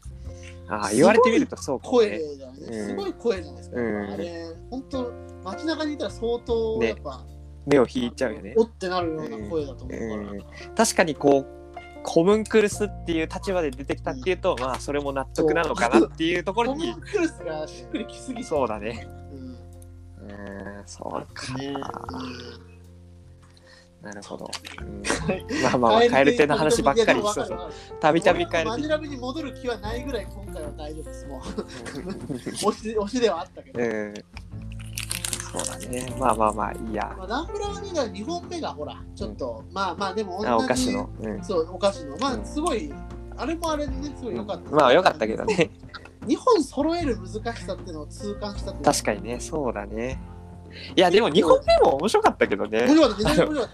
あ
す
あ、
ごい
言われてみるとそうかもね。
声だよね、
うん
すごい声じゃないですか。
うん
あれ、本当街中にいたら相当、
ね
やっぱ、
目を引いちゃうよね
お。ってなるような声だと思うから。
うん確かにこう、コムンクルスっていう立場で出てきたっていうと、まあ、それも納得なのかなっていうところ
トム
に、・
クルスがしっくりきすぎ
そうだね。
うん
うん、そうか。
ね
なるほど。うんまあまあ、カエル亭の話ばっかり、そうそう。たびたびカエル
マ
亭
ジラブに戻る気はないぐらい今回は大丈夫です。もう推し推しではあったけど。
うん。そうだね。まあまあまあ、いいや。
まあ、ナンブラーニが2本目がほら、ちょっと、まあまあでも同じ
あお菓子の。うん。
そう、お菓子の。まあすごい、あれもあれでね、すごい良かった。
まあ良かったけど。ね。
2本揃える難しさっていうのを痛感したって
確かにね、そうだね。いや、でも2本目も面白かったけどね
に。。面白かった、めちゃくちゃ面白かっ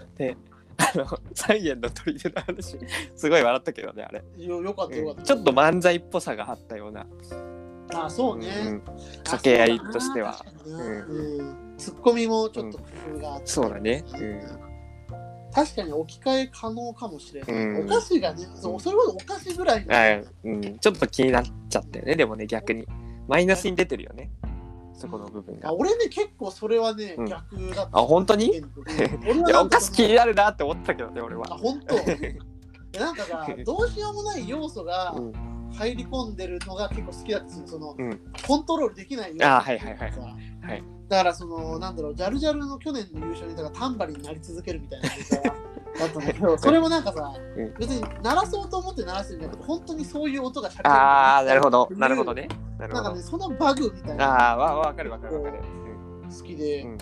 あの、三円の取り出の話、すごい笑ったけどね、あれ。
た。よよかった、よかっ
う
た。
んちょっと漫才っぽさがあったような。
ああ、そうね。
うん掛け合いとしては
あ。そうだなうんツッコミもちょっと工夫があって、
そうだね。
確かに置き換え可能かもしれない、
うん
お菓子がねそうそれこそお菓子ぐらい
うん。
の、
はい。うん。ちょっと気になっちゃったよね、でもね、逆に。マイナスに出てるよね。そこの部分が
あ。俺ね結構それはね、
うん
逆だった
あ、本当に
うん俺
いや、
な
お
んか
菓子気になるなって思ったけどね、俺
あ
は。
本当いやなんかさどうしようもない要素が
うん
入り込んでるのが結構好きだったんですよその、
うん
コントロールできないよ
あはいはいはいはい
だからそのなんだろうジャルジャルの去年の優勝ネタがタンバリンになり続けるみたい なネタだったんだけどそれもなんかさ、
うん
別に鳴らそうと思って鳴らしてるんじゃなくて本当にそういう音がしゃ
ああ、なるほど。なるほどね。なる
な
ほ
んか
ど
ね。そのバグみたいな
ああ、わわかるわかるわかる。うん
好きで、
う
うんん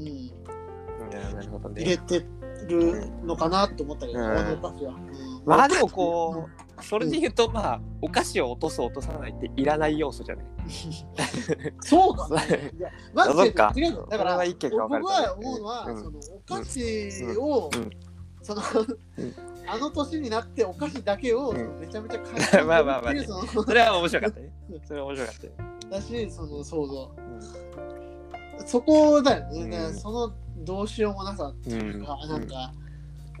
うんなるほど
入れ
ね。
てるのかなと思ったけど、
うん
あのお菓子は、うん
まあでもこう、それで言うと、まあ、お菓子を落とす落とさないっていらない要素じゃない。
そうかな。いや、マジ
そ
で
っか
とりあえずだか
それ
ら、
は意見が分かれ
僕
たね
は思うのは、
うん
そのお菓子を、
うんうん
その、
ん
あの年になってお菓子だけを、
うん
そのめちゃめちゃ買いすぎてる
まあまあまあ
っていうその
それは面白かったね。それは面白かったよ。
だし、その想像。そこだよね。
うん
だからそのどうしようもなさっていうか、
うん
なんか、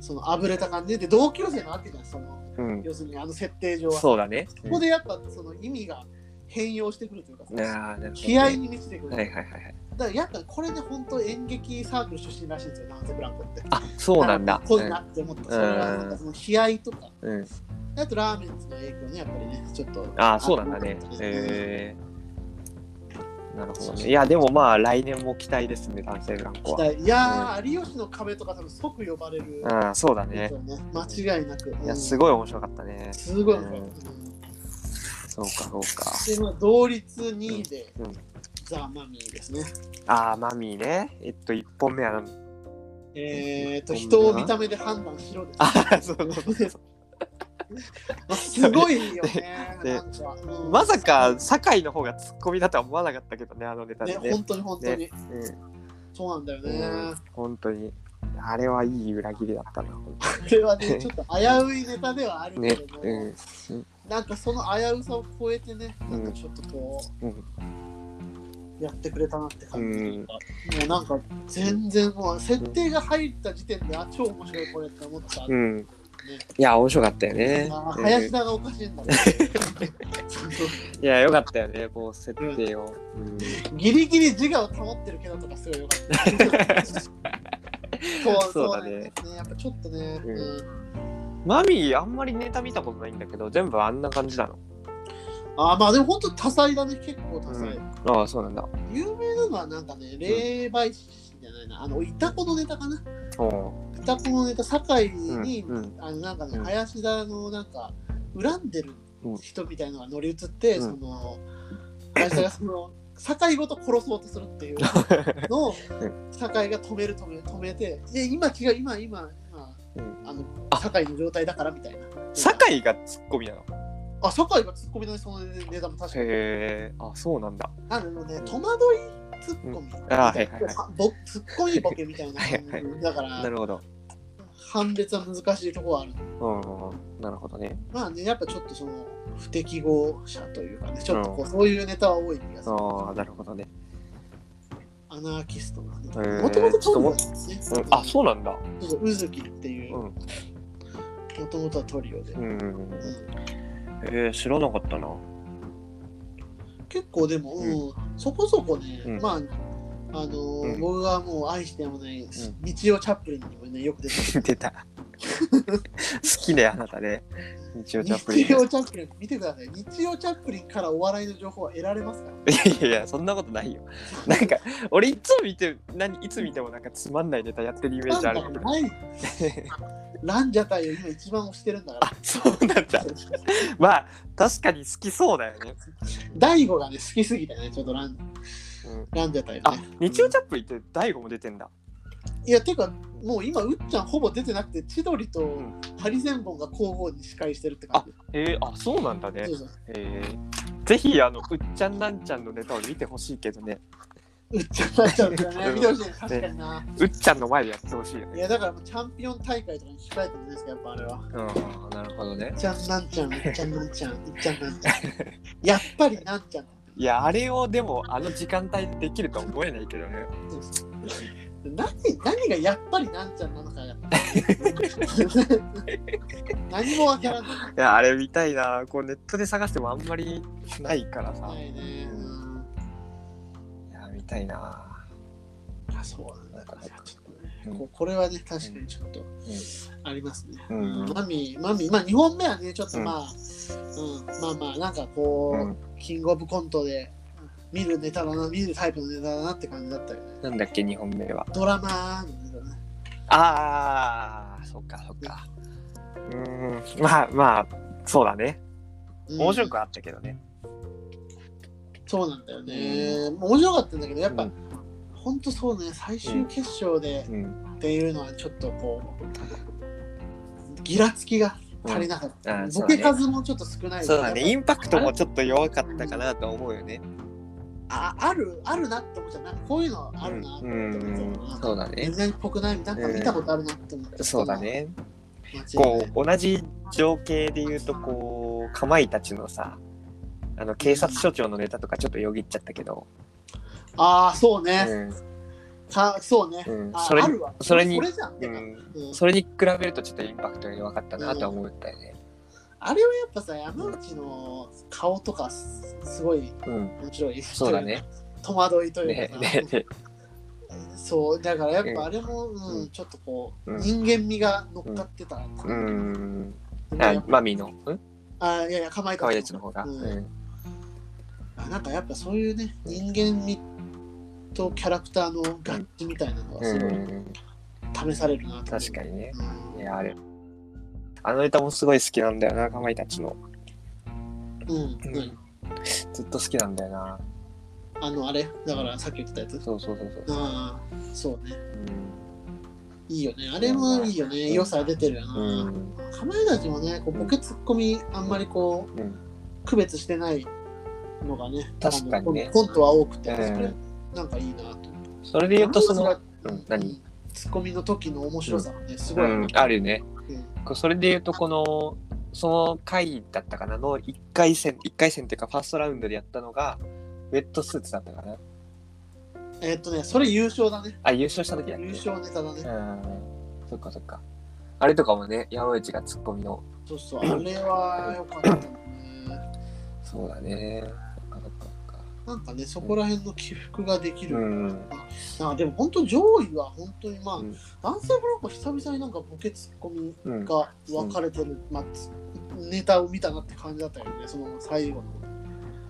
そのあぶれた感じで、同級生なわけじゃん、その、
うん。
要するにあの設定上は。
そうだね。
そこでやっぱその意味が変容してくるというかさ、
うんああ、なるほどね。
気合に満ちてくる。
はいはいはいはい。
だからやっぱこれで本当演劇サークル出身らしいんですよ、ナンセブランコって。
あ、そうなんだ。
濃いなって思った。それはなんかその悲哀とか、
うん。うん
あとラーメンズの影響ね、やっぱりね、ちょっと。
ああ、そうなんだね
あ。
えー。なるほどね。いや、でもまあ、来年も期待ですね、男性ブランコは。
いやー、有吉の壁とか多分即呼ばれる。
うん、そうだ
で
ね
す。よね間違いなく。
いや、す
い。
ごい面白かったね。
すごい。うん
うんそうか、そうか。
で、まあ、同率2位で、
うんうん
ザ・マミィですね。
ああ、マミーね。えっと、1本目は何
えーと、人を見た目で判断しろです。
あ そうそうそうそ
すごいよね。
で
なんかう
うんまさか、酒井の方がツッコミだとは思わなかったけどね、あのネタで
ね、
ね。
本当に本当に、
うん
そうなんだよね。
うん本当に。あれはいい裏切りだったな、本
これはね、ちょっと危ういネタではある
当
け
にね
れども、。
うん
なんかその危うさを超えてね、なんかちょっとこう、
うん
やってくれたなって感じというか、もうなんか全然もう設定が入った時点で、あ、超面白いこれって思った。
う
ね
ん。いや、面白かったよね。
あ
うん
林田がおかしいん だ、ね、
いや、よかったよね、こう、設定を。うん
ギリギリ自我を保ってるけどとかすごいよかった。そう
そう
そう
だ
なんで
ね
すね。やっぱちょっとね、
うん
うん
マミー、あんまりネタ見たことないんだけど、全部あんな感じなの。
あまあでも本当多彩だね、結構多彩。
ああ、そうなんだ。
有名なのはなんかね、霊媒師じゃないな、あの、イタコのネタかな。
おう
イタコのネタ、堺
うん
に、
うん
あの、なんかね、
うん
林田のなんか、恨んでる人みたいのが乗り移って、
うん
その、林田がその、堺ごと殺そうとするって いうのを
う、
堺が止める止める止めて、で、今違う、今、今、今、
うん
あ
あ
の、堺の状態だからみたいな。
酒井がツッコミなの。
あ、堺がツッコミのそのネタも確かに。
へえ、あ、そうなんだ。
あのね、戸惑いツッコミ。
あーはいはいはい
ぼツッコミボケみたいな感じ。
はいは
だか
な
ら、
るほど。
判別は難しいところはある。
うん、なるほどね。
まあね、やっぱちょっとその、不適合者というかね、ちょっとこう、そういうネタは多い気がする。
ああ、なるほどね。
アナーキストなんだけ
へ
ど
ー
もともとトリオなんですね。
うんあ、そうなんだ。
そううずきっていう、
うん
もともとはトリオで、
う
うん
んうんうん。えー、知らなかったな。
結構でも、うんそこそこね、
うん
まああのー
うん
僕がもう愛してやまない、日曜チャップリンにもねよく出てる
出た。好きね、あなたね。日曜チャップリン。
日曜チャップリン見てください日曜チャップリンからお笑いの情報は得られますか
いやいや、そんなことないよ。なんか、俺いつも見て、何、いつ見てもなんかつまんないネタやってるイメージあ
な
る
んか
けど。
ない ランジャタイを今一番推してるんだから
あ、 そうなんだ。まあ、確かに好きそうだよね。
大悟がね好きすぎてねちょっとラン
うん、
ランジャタイを
あ
ね、
日曜チャップリンって大悟も出てんだ。
いやてかもう今うっちゃんほぼ出てなくて千鳥と
ん
ハリセンボンが交互に司会してるって感じ
えー、あ、そうなんだね
そう。そう
えー、ぜひ、あの、うっちゃんなんちゃんのネタを見てほしいけどね。
うっちゃんなっちゃうんだよ
う
ね
ん
見てほしいね確かにな、
うっちゃんの前でやってほしいよ
い
ね。
やだからもうチャンピオン大会とかに控えてるんですけどやっぱあれは
うん、なるほどね
うっ。ちゃんなんちゃ んうっちゃんなんちゃんうっちゃんなんちゃんやっぱりなんちゃん
いや、あれをでも、あの時間帯でできるとは思えないけどね。
何何がやっぱりなんちゃんなの かやっぱ何もわからない
いや、あれ見たいな。こう、ネットで探してもあんまりないからさ。
ないね、うん
いや、見たいな。
あそうなんだ、ちょっとね
うん
ここれはね確かにちょっとありますね、
うん。
マミマミまあ2本目はねちょっと
うん
まあ、うんまあまあなんかこう、
うん
キングオブコントで見るネタだな見るタイプのネタだなって感じだったよね
なんだっけ、2本目は。
ドラマーのネタね
ああ、そっかそっか。うーん、まあまあ、そうだね。
うん
面白くはあったけどね。
そうなんだよね、もう面白かったんだけどやっぱ、
うん
ほんとそうね最終決勝で
うん。うん
っていうのはちょっとこうギラつきが足りなかっ
あ
た、
ーそ
ボ
うだ
ケ
ね
数もちょっと少ない
そうだね、インパクトもちょっと弱かったた
か
かなと思うよね。
ああるあるなって思っちゃうなんかこういうのあるなって思っちゃうな、
そうだ
全
ね。
然っぽくないなんか見たことあるなって思って。
そうだ。ね。
間違いない
こう、同じ情景で言うと、こう、かまいたちのさ、あの、警察署長のネタとかちょっとよぎっちゃったけど、
ああ、そう
う
ね。
ん
かそうね。
うん
あ
それ
あるわ
それに
これじゃん。
う
てか
ん
うん
それに比べるとちょっとインパクトが弱かったなとは思ったよね。
あれはやっぱさ、山内の顔とかすすごい
うん、
面白い。
そうだね。
戸惑いという
ね
かさ、
ねね
そう、だからやっ
うん
ぱあれも、うんちょっとこう、
うん
人間味が乗っかってた。
う
で
ん。
もや
あ
っぱ
マミーの、ん
あいやいや、かまい
かわいいや
た
つの方が。
うん
うん
あなんかやっぱそういうね、人間味とキャラクターの合致みたいなのがすごい
うん、
試されるなと思う
確かにね。
うん
いや、あれ。あのネタもすごい好きなんだよな、かまいたちの。
うん、
うん
うん
ずっと好きなんだよな。
あのあれだからさっき言ってたやつ
そうそうそうそう。
ああそうね
うん
いいよねあれもいいよね良さ出てるよ
う
な、
ん
かまいたちもねこうボケツッコミあんまりこう
うん
区別してないのがね
確かにね
あのコンコントは多くて、
うん
それなんかいいなと
それで言うと、その、うん何
ツッコミの時の面白さがねす
う
ごい、
ん、あるよね。
うん
こうそれで言うと、この、その回だったかなの1回戦、一回戦っていうか、ファーストラウンドでやったのが、ウェットスーツだったかな。
えーっとねそれ優勝だね
あ、優勝した時だっけ
優勝ネタだね、
うん。そっかそっか。あれとかもね、山内がツッコミの。
そうそうあれは良かったね
そうだね。そっかそっかそっか。
なんかねそこら辺の起伏ができる、
うん。
あでも本当上位は本当にまあ、
うん
男性ブロックは久々になんかボケツッコミ
うん。
が分かれてる、まあ、つネタを見たなって感じだったよねその最後の、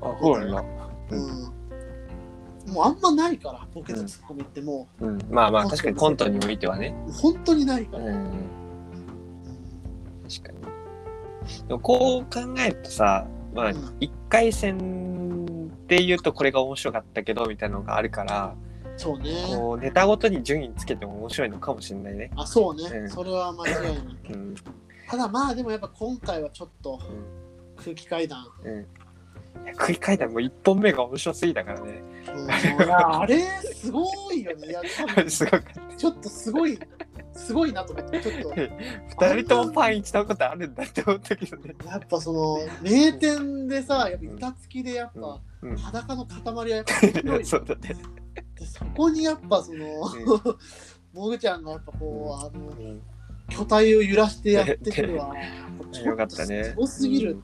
あ、そうなんだ。
う
うん
もうあんまないからボケとツッコミっても
うん。まあまあ、確かにコントにおいてはね
う、。本当にないから、
うん。
うん
確かに。でもこう考えるとさ、まあ
う、ん
一回戦で言うとこれが面白かったけど、みたいなのがあるから、
そうね
こう、ネタごとに順位つけても面白いのかもしれないね。
あそうね、
うん
それは間違いない
うん。
ただまあでもやっぱ今回はちょっと
うん
空気階段、
うん。いや、食い替えたもう一本目が面白すぎたからね。
うん、いやあれすごいよねいや多分
すごく。
ちょっとすごいすごいなと思ってちょっと
二人ともパン一のことあるんだって思ったけどね。
やっぱその名店でさ、やっぱ板付きでやっぱ
うん。
裸の塊はやっぱ
うん、
広い
そうだね。
でそそこにやっぱその、もぐちゃんがやっぱこう、あの、巨体を揺らしてやってくるわ。
うんよかったね
すごすぎる。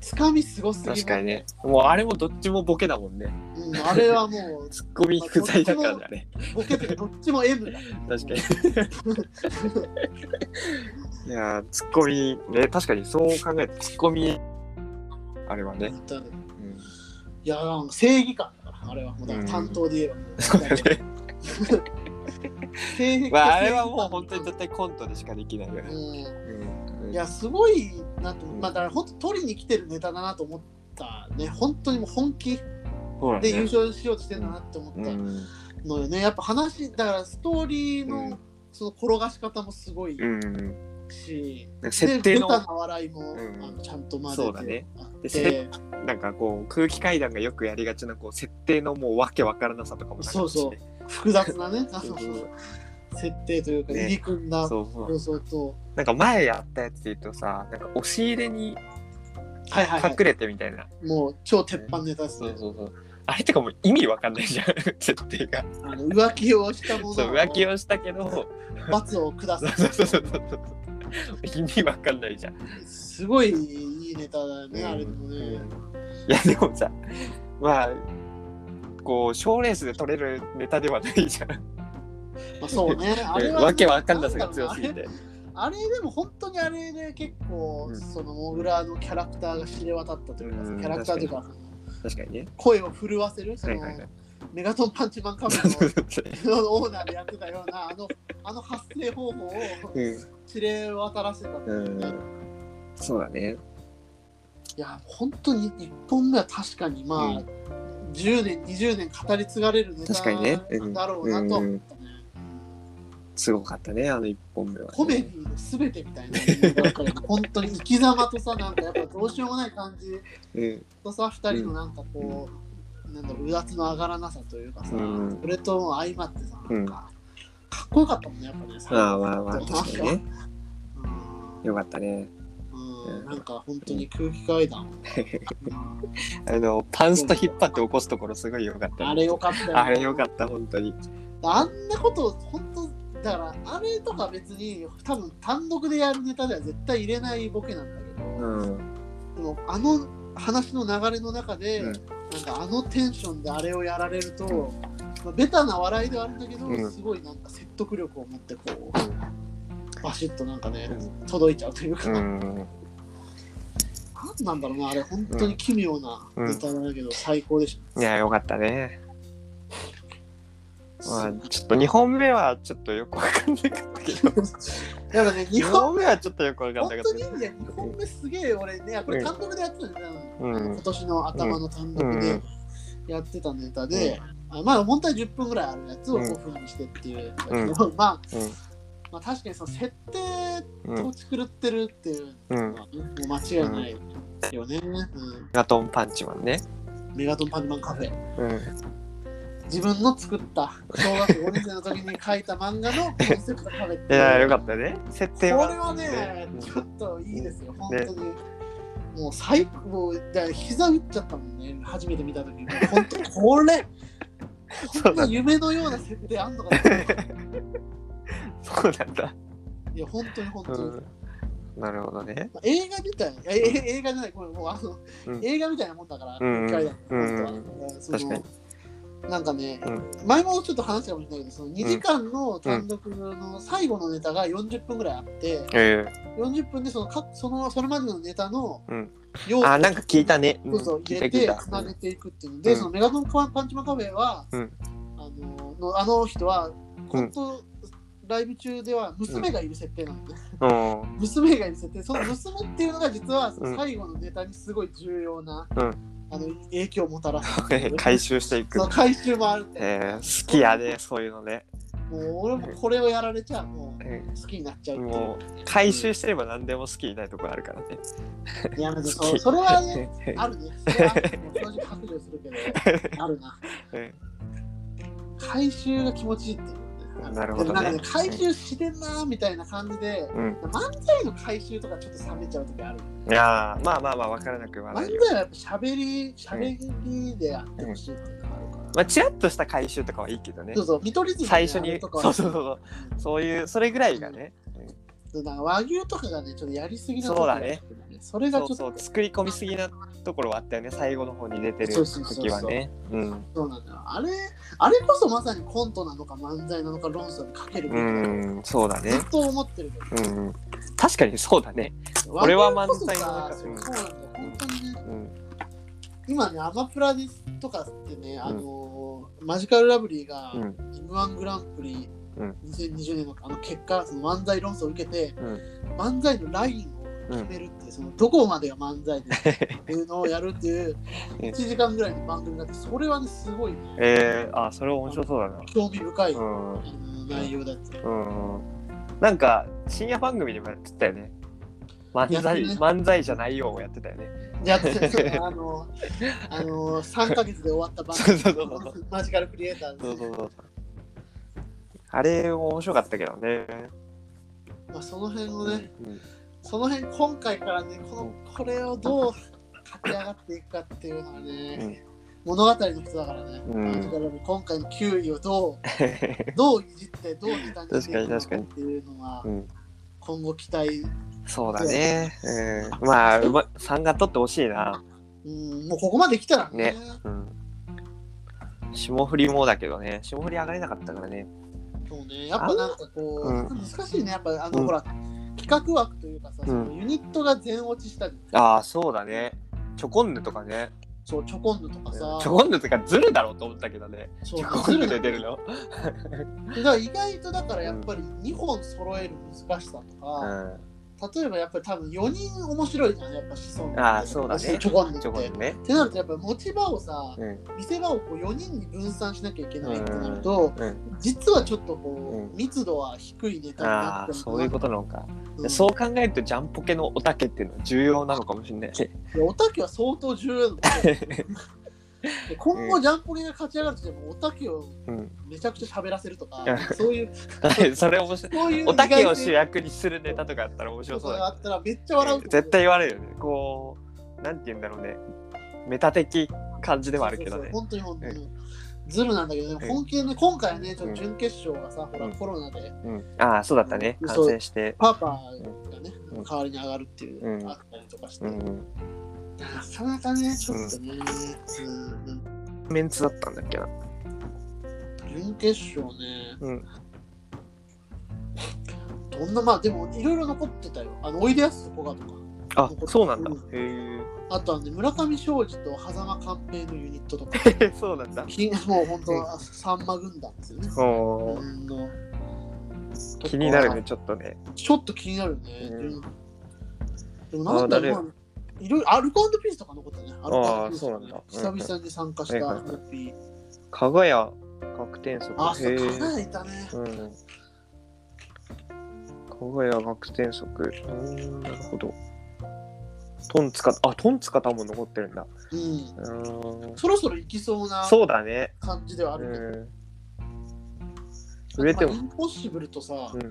つかみすごすぎる。
確かにね。もうあれもどっちもボケだもんね。
うん、あれはもう、
ツッコミ不在だからねあれ。
ボケてどっちも M だ。
確かに。 いやー、ツッコミ、ね、確かにそう考えて、ツッコミ、あれはね。
本当に
うん
いや、なんか正義感だから、あれは。もうだから担当で言えば。
そうだね
正義
ま あ、あれはもう本当に絶対コントでしかできないよね。
うん
うん
いや、すごいなと、まあ、だから本当取りに来てるネタだなと思ったね、本当にもう本気
そうだね
で優勝しようとしてるんだなって思った
うん
のよね、やっぱ話、だからストーリー
うん
のその転がし方もすごい
うん。
し、
設定
でベ
の
タな笑いも、
うん
あのちゃんと混ぜて
そうだね
あって
でせ、なんかこう空気階段がよくやりがちなこう設定のもうわけわからなさとかもなかったし
そう
ね
複雑なね、あの
うん
設定というか、
ね
入り組んだ
そうそう
予想と、
なんか前やったやつで言うとさなんか押し入れに
はいはい、は
隠れてみたいな、
い、もう超鉄板ネタですね。
そうそうあれとかもう意味わかんないじゃん 設定が
あの浮気をしたもの
そう浮気をしたけど
罰を下す
そう。 そうそうそうそう意味わかんないじゃん、
すごいいいネタだよね、
うん
あれでもね。
いやでもさまあこう賞ーレースで取れるネタではないじゃん
まあ、そう ね。あれは
わけわかんなさが強すぎ
なんだろう
て
なあれ。あれでも本当にあれで結構、
うん
そのモグラのキャラクターが知れ渡ったというか、
うん
キャラクターというか、
確かにね
声を震わせる、そ
は
の、
いはいはい
メガトンパンチマンカブ
そうそう
の
そう
オーナーでやってたような、あのあの発声方法を
うん
知れ渡らせたと
う
いうか、い
んそうだね。
や、本当に1本目は確かに、まあ、
うん
10年、20年語り継がれるネタ
確かにねうん
だろうなとは思ったね。
すごかったね、あの一本目は、
コメディのすべてみたいな、なんか本当に生き様とさ、なんかやっぱどうしようもない感じ
うん。
とさ、二人のなんかこう、なんだろう、う圧の上がらなさというかさ、
うん
それとも相まってさ、
う
なんんか、かっこよかったもんね、やっぱね、最後
まあまあまあ、確かにね。よかったね。
うん、うんなんか本当に空気階段、
あの、パンスト引っ張って起こすところすごいよかった、
あれよかったよ、
あれよかった、本当に。
あんなこと、本当、だから、あれとか別に、多分単独でやるネタでは絶対入れないボケなんだけど、
うん。
でもあの話の流れの中で、
うん
なんかあのテンションであれをやられると、まあ、ベタな笑いではあるんだけど、
うん
すごいなんか説得力を持ってこうバシッとなんかね、
う
届いちゃうというか、なん
ん。
なんだろうなあれ本当に奇妙なネタなんだけど、最高でし
いや、よかったね。
た、
ま
や
あ
っ、
ちょっと2本目はちょっとよくわかんなかったけど、
ぱね日
2
本
本目はちょっとよくわ かんな
本
かっ
当にい
たけ
い
ど。
ね日本目すげえ俺ねこれ単独でやってたんだよ、
うん
今年の頭の単独
う
で
ん
やってたネタで、あまあ本当は10分ぐらいあるやつを5分にしてっていう、 まあまあ確かにその設定
うん。うん
とち狂ってるっていう
うん
の。は、ねもう間違いないよね、うん
ガトンパンチマンね。
メガトンパンマンカフェ
うん。
自分の作った小学5年生の時に書いた漫画のコンセプトカフェっ
い
て
や、よか
っ
ったね。設
これ
定は。
はね
うん
ちょっといいですよ本当に、もう最高もうだから膝打っちゃったもんね初めて見た時 に本当これこんな夢のような設定あんのかな
そうなんだ。
いや本当に本当に、
うん。なるほどね。
まあ映画みたいな、ええ映画じゃない、これもうあの、
うん
映画みたいなもんだから、
うん
一回だから
うん
本当はその
確かに
なんかね、
うん
前もちょっと話したかもしれないけど、その2時間の単独の最後のネタが40分ぐらいあって、
え
40分でそのかそのそれまでのネタの
うん
要
えあ、なんか聞いたね。うん
そうそう入
聞
れ
いた聞い
て
た。
つなげていくっていうので、
うん
そのメガトンパンチマンカフェは、
うん
あののあの人は、本当、ライブ中では娘がいる設定なんで、
うん。
娘がいる設定その娘っていうのが実はその
うん
最後のネタにすごい重要な、
うん
あの影響をもたらす
回収していく
その。回収もあるって、
えー、好きやね、そういうのね。
もう俺もこれをやられちゃうも
う
う好きになっちゃうっ
ん
ていう
もう、回収してれば何でも好きになるところあるからね。
いやめて
好
そ
き
それはねあるねそれはあるもう正直白状するけどある な
うん
回収が気持ちいいっていうね
なるほどね
なんかね回収してんなーみたいな感じで、
うん
漫才の回収とかちょっと冷めちゃう時ある
いやーまあまあまあ、わからなくは
漫
ない
才
よ。
はやっぱしゃべりしゃべりでやってほしいっていうのがあるから、
まあ、チラッとした回収とかはいいけどね
そうそう、見取り図のね
最初
あ
に
れ
そ
と
う
かは
そうそうそうそういうそれぐらいがね、
そうなんか和牛とかがね、ちょっとやりすぎなとこ
そうだね。
それがち
そ
ょっ
う
とそ
そ
う
作り込みすぎなところはあったよね最後の方に出てる
そうそうそうそう
時はねうん
うなんだよ。あれ、あれこそまさにコントなのか漫才なのか論争にかけるべき
う
だと
んそうだね
ずっと思ってるけど。
うん確かにそうだね
こ
俺は漫才の
な
中
んそうそうなんだよ。本当にね、
うん
今ね、アマプラですとかってね、あのーマジカルラブリーが
うん
M1 グランプリ
うん
2020年のあの結果、その漫才論争を受けて、
うん
漫才のラインを決めるっていう、そのどこまでが漫才でっていうのをやるっていう
うん
1時間ぐらいの番組があって、それはね、すごい
えー、あそれ面白そうだな
興味深い、あ
うん
の内容だった。
うんなんか深夜番組でもやってたよね漫才
やって
漫才じゃないようをやってたよね
やってたそうだあの、あの、3ヶ月で終わった番組
そうそうそうそ
マジカルクリエイターズ
そうそうそうあれも面白かったけどね
まあ、その辺のね、
うん
その辺今回からね、このこれをどう勝ち上がっていくかっていうのがね、物語の人だからね、
うん
マジカルラブリー今回の9位をどう、どういじって、どう時短にしていくのか
確かに確かに
っていうのは
う、ん
今後期待、
そうだね。 うん。まあ、うま、3が取ってほしいな。
うん、もうここまで来たらね、
ねうん。霜降りもだけどね、霜降り上がれなかったからね。
そうね、やっぱなんかこう、
う
難しいね、やっぱあの、
うん
ほら、企画枠というかさ、
ん
そのユニットが全落ちしたり、
ああ、そうだね。チョコンヌとかね。
そう、チョコンヌとか
チ
さ、
ョコンヌとかずるだろうと思ったけどね。
そ
チ
う
ョコンヌで出るの。
だから意外とだからやっぱり2本揃える難しさと
う
か、
ん。
例えばやっぱり多分4人面白いじゃんやっぱ子孫って
あーそうだね
ちょこんでっ
チ
て
ョコンヌ
っ
ね。
てなるとやっぱり持ち場をさ
うん。
見せ場をこう4人に分散しなきゃいけないってなると、
うん。
実はちょっとこ
う
う密度は低いネタにな
あ
っ
あ、
て
そういうことなのか。
とうん
そう考えると、ジャンポケのおたけっていうのは重要なのかもし れないね。
いやおたけは相当重要 だと思うで今後ジャンポリが勝ち上がるとしてもおたけを
うん。
めちゃくちゃ喋らせるとか
う
そういう
それ面白い。
そういう
おたけを
意外性
主役にするネタとかあったら面白そうだね
があったらめっちゃ笑うと思う
絶対言われるよねこうなんて言うんだろうねメタ的感じではあるけどね
そうそうそう本当に本当に。ずるなんだけどね、本気でね、今回はね、ちょっと準決勝がさ、ほら、
うん
コロナで、
うんああそうだったね
うん
感染して
パーパーがね、
うん
代わりに上がるっていううんのがあったりとかして、
うん
な
う
んかなかね、ちょっとね、うん
メンツだったんだっけな
準決勝ね、
うん
どんな、まあでも、いろいろ残ってたよ。あの、おいでやすこがとか、
あそうなんだ
うん
へ
あとはね、村上庄司と狭間寛平のユニットと か、
えそうなんだ
きもう本当は、さんま軍団ですよね。
おー
うんの
気になるねちょっとね
ちょっと気になるよね。
うん
でもなんだろう
あ
まあいろいろアルコピースとか残ったね。アルコピース
あーそうなんだうん
久々に参加した
はい
ア
はいはい
ルコピー。
かがや学天則
あ、そう、
へ
か
え
なりいたね。
うんかがや学天則うーんなるほどトンツカあトンツカタンも残ってるんだ
うん。
うーん
そろそろ行きそうな
そうだね
感じではあるけど。
うん。売れて
まあイ
も、
ンポッシブルとさ、
うん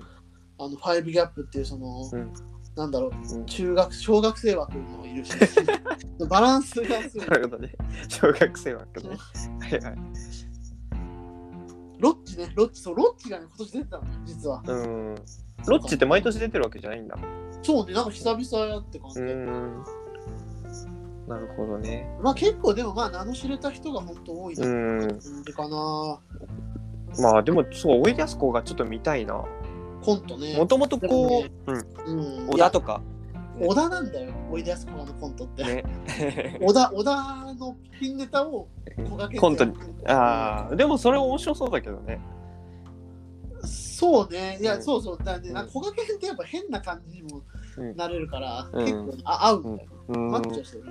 あの、ファイブギャップっていうその、
うん
なんだろう、
うん
中学、小学生枠もいる し、バランスがすごい
な。るほどね。 小学生枠ね。はいはい。
ロッチね、ロッチ、そう、ロッチがね、今年出てたのよ、実は。
うん。ロッチって毎年出てるわけじゃないんだ。
そうね、なんか久々やって感じ
う
で。
ん。なるほどね。
まあ結構でもまあ名の知れた人が本当多いな
う
って
ん。
感じかな、
まあでも、そう、おいでやすこがちょっと見たいな。
コントね。
もともとこう、うん。
うん、
小田とか。
いや小田なんだよ、おいでやすこがのコントって。
ね。
小田小田のピンネタを小掛けて
コントにああ、でもそれ面白そうだけどね。
そうね、いや、
うん
そうそう、だね、
うん
なんか小掛けってやっぱ変な感じにもなれるから、
うん
結構、あ合うんだよ、
う
マ
ん。
ッチョしてる。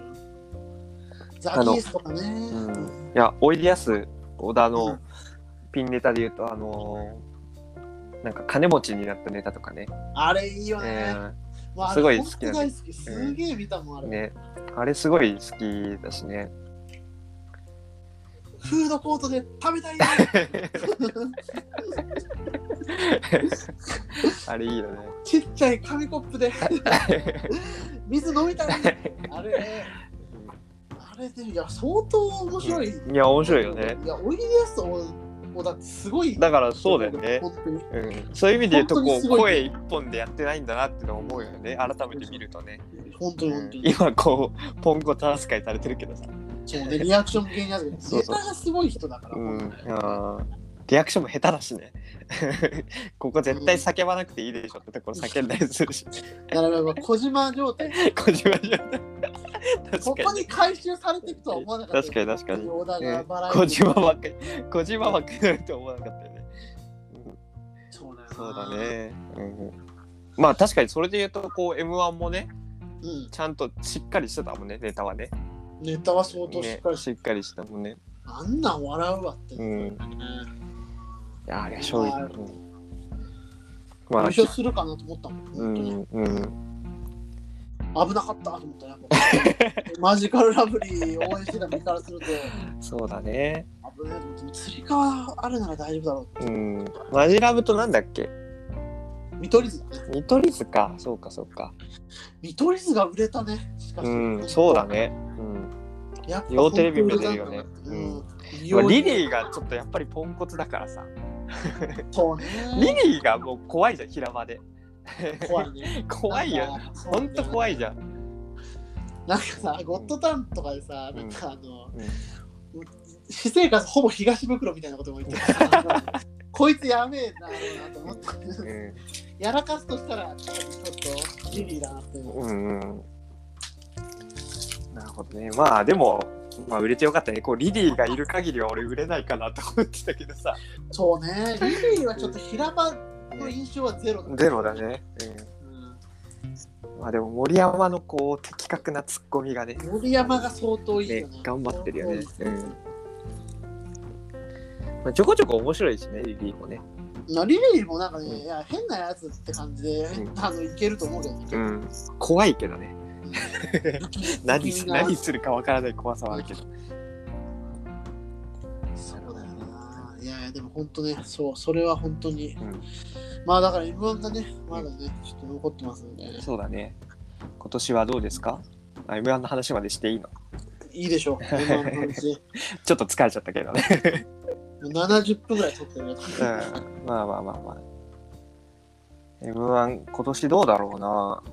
ザ
あの
キースとかね。
うんいや、おいでやす小田
う
の
ん
ピンネタで言うと、あのーなんか金持ちになったネタとかね。
あれいいよ
え
ね。
ー
まあ、
すごい好き
な
な
大
ん
好き。すげえ見たもん、あれ。
ね、あれすごい好きだし ね。
フードコートで食べたいな
あれいいよね。
ちっちゃい 紙コップで水飲みたいあれああれでいや相当面白い、
いや面白いよね
いやおいでやすをもうだってすごい
だからそうだよね、
本当に
うん、そういう意味で言うとこ
本当に
う
すごい
声一本でやってないんだなっての思うよね改めて見るとね、
本当に本当に、
今こうポンコツ扱いされてるけどさ、
そうねリアクション系にあるけど
そう
ネ
そう
タがすごい人だから、
うん、
本当に
あーリアクションも下手だしね ここ絶対叫ばなくていいでしょってところ叫んだりするし
だからやっぱ小島状態
小島じゃん
そ
確
こ
かに
に回収されていくとは思わなかった
確かに確かに
小田がバラエティ
小島ばっかり小島ばっかりだと思わなかったよね、うん
そうだよな
そうだね、うん、まあ確かにそれで言うとこう m 1もね
うん
ちゃんとしっかりしてたもんねネタはね
ネタは相当しっ
ね
かりして、
しっかりしたもんね
あんなん笑うわって、
うんい
うん
やあれは勝利、
はい
うんま
優
あ
勝するかなと思ったもん、
う
本当に
んうん
危なかったと思ったやっぱ マジカルラブリー応援してた身からすると
そうだね
危ないと思って釣り革あるなら大丈夫だろ
うん、マジラブとなんだっけ
う見取り図だね
見取り図かそうかそうか
見取り図が売れたねしかし、
うんそうだね、うん
やっぱ
両テレビ見てるよね
うん
まあ、リ
ー
リーがちょっとやっぱりポンコツだからさ
そうね
リリーがもう怖いじゃん平場で
怖いね
怖いよ
なんか
ほんと怖いじゃん
なんかさゴッドタンとかでさなんかあの、私生活ほぼ東袋みたいなことも言ってたさこいつやべえななと思って
うん
やらかすとしたらちょっとリリーだなって思う
うんうんなるほどねまあでもまあ売れてよかったねこうリリーがいる限りは俺売れないかなと思ってたけどさ
そうね、リリーはちょっと平場の印象はゼロだ、
ゼロだね、うん、まあでも森山のこう的確なツッコミがね
うん。森山が相当いいよね。
ね頑張ってるよね
う
うんまあ、ちょこちょこ面白いしね、リリーもね。
んリリーもなんかね、いや変なやつって感じで、
うん
あのいけると思うけどね。
ん。怖いけどね。何す
みんな
何するかわからない怖さはあるけど。
そうだよな。いやいや、でも本当ね、そう、それは本当に。
うん
まあだから M1 がね、まだね、ちょっと残ってますんで、
そうだね。今年はどうですかあ ?M1 の話までしていいの
いいでしょう、M1 の 話。
ちょっと疲れちゃったけどね。
もう70分ぐらい撮ってるや
うん。まあまあまあまあ。M1 今年どうだろうな。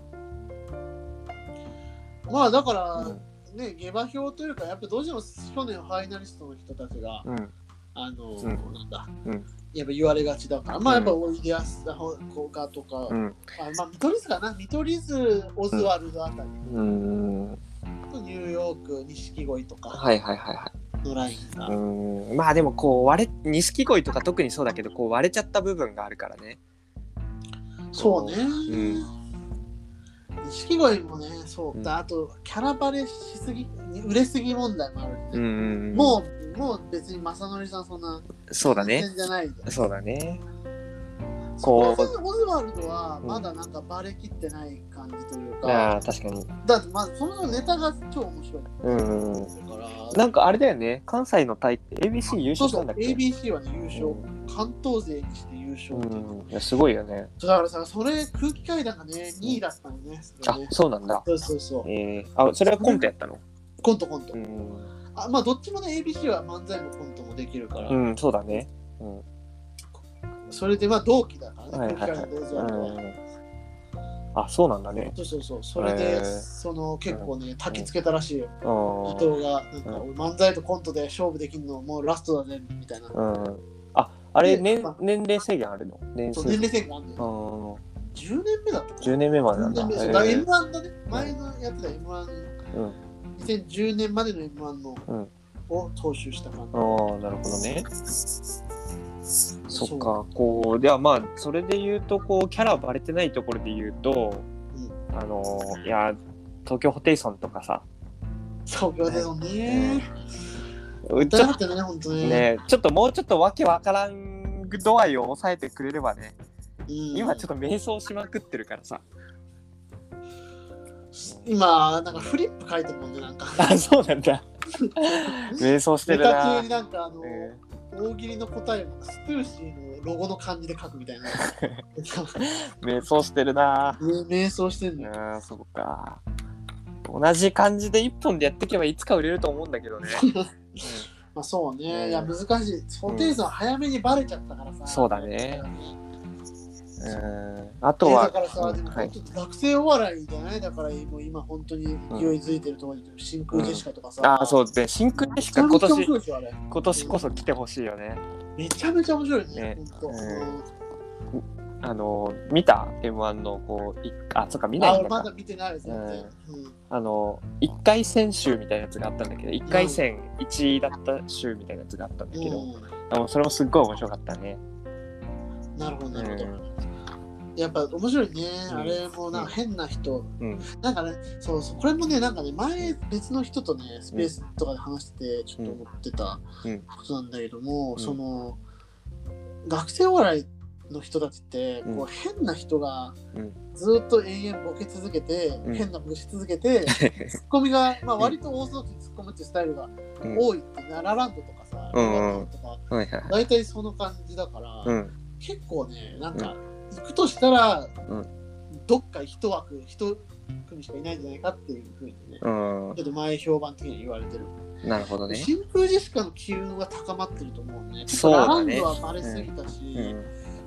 まあだから、
うん
ね、下馬評というか、やっぱどうしても去年ファイナリストの人たちが、
うん。
あの、
うん
なんだ、
うん
やっぱ言われがちだから、まあやっぱおいでやすほかとか、
うん。
あまあ見取り図かな、見取り図、オズワルドあたり、
うん。は
ニューヨーク、錦鯉とか
いはいはいはい。
のラインが、
うんまあでもこう割れ錦鯉とか特にそうだけどこう割れちゃった部分があるからね
そうね。
ん
錦鯉もね、そう、
うん
だあとキャラバレしすぎ、売れすぎ問題もあるよね、
うんうんうん
もう、もう別に正則さんそんな、
そうだね
全然じゃないで
そうだね
オ
こ
ズ
う
オズワルドはまだなんかバレきってない感じというか、
あー確かに
だってまあそもそもネタが超面白い
うんうん
から、
なんかあれだよね関西の大 ABC 優
そう
勝
そ
した
う、
んだっけ
ABC はね、優勝、
うん
関東勢にして優勝っていう、
うんいやすごいよね
だからさ、それ空気階段がね、2位だったのね、それ
あ
ね
そうなんだ
そうそうそう、
えー、あそれはコントやったの
コントコント。
うん、
あまあ、どっちもね、ABC は漫才もコントもできるから、
うん、そうだねうん
それでまあ同期だから
は
ね、
いはい
空気
は
階
い
段とオズ
う
ワルドは。
んあそうなんだね
そうそうそう、それで、
へー
その結構ね、焚きつけたらしいよ。
う
伊
ん
藤がなんか、俺漫才とコントで勝負できるのもうラストだねみたいな、
うんああれ
で
年
まあ
年齢制限あるの年
そう
数
年齢制限があるんだ
う
よ、
ん
10年目だったか
10年目までな
10
んだ。
年目そうだから m 1だね前のやつだ m 1
うん
2010年までの m 1の、
うん
を踏襲した感
ああ、なるほどね。
じ
そっか、こう、ではまあ、それで言うと、こう、キャラバレてないところで言うと、あのー、いや、東京ホテイソンとかさ、
そうそうだよね
うんち
だ
ょ
っ
っ
とね本当
と
ね
ね、ちょっともうちょっとわけわからん度合いを抑えてくれればね、今ちょ
と
っと迷走しまくってるからさ。
今なんかフリップ書いてるもんねなんか
あ、そうな んだ。迷走して
ネ
る
タ
な
中に。なんかあの、
うん
大喜利の答えもスプーシーのロゴの漢字で書くみたい な
迷走してるな。
瞑想してんのよ
ああ、そうか。同じ感じで一本でやっていけばいつか売れると思うんだけどね。
まあそうね、
うん
いや難しい。ソテーズは早めにバレちゃったからさ。
そうだねうん、うんあ
で
とは
だからさ、でも
はい
本当学生お笑いじゃないだからもう今本当に勢いづいてるところで、真空ジェシカとかさ。
あーそうで真空ジェシカ
め
今
ちゃめちゃ面白
年
いでしょあれ。
今年こそ来てほしいよね。
めちゃめちゃ面白いね。
ね
本当
うんあの見た M1 のこういあそうか見ない
あ
ん
俺
だ
ま
か
だ見てないですね。うん
あの一回戦週みたいなやつがあったんだけど一回戦1位だった週みたいなやつがあったんだけど、
う
あもうそれもすっごい面白かったね。
んなるほど、
う
なるほど。
ん
やっぱ面白いね。
うん
あれもな、
うん
変な人。
うん
なんかね、そうそう、これもね、なんかね、前、別の人とね、スペースとかで話してて、ちょっと思ってた
うん
ことなんだけども、
ん
その、学生お笑いの人たちって、
うん
こう、変な人が
うん、
ずっと延々ボケ続けて、
うん
変なボケし続け て、ツッコミが、まあ、割とオーソドックスにツッコむっていうスタイルが
うん
多いって、ララランドとかさ、
うんうん
ララランドとか、
はいはい。
大体その感じだから、
うん
結構ねなんか行くとしたら、
うん
どっか一枠一組しかいないんじゃないかっていうふうにね、
うん
ちょっと前評判的には言われてる、
なるほどね。
真空ジェシカの機運は高まってると思うね
そうだね
ラランドはバレすぎたし、
うん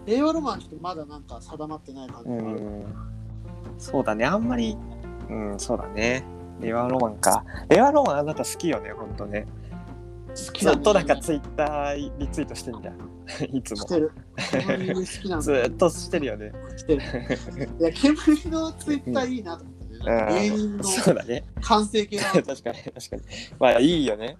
令和ロマンはちょっとまだなんか定まってない感じ
う
がある、
ん、そうだねあんまりうんそうだね令和ロマンか令和ロマンあなた好きよねほんとね
好き
ず
だね
っとなんかツイッターリツイートしてん だいつ
し
も
てる煙好きなんだ
ずっとしてるよね
してるいや煙のツイッターいいなと思ってね、なんか芸人
うん
の
そうだね
完成形な
確かに確かにまあいいよね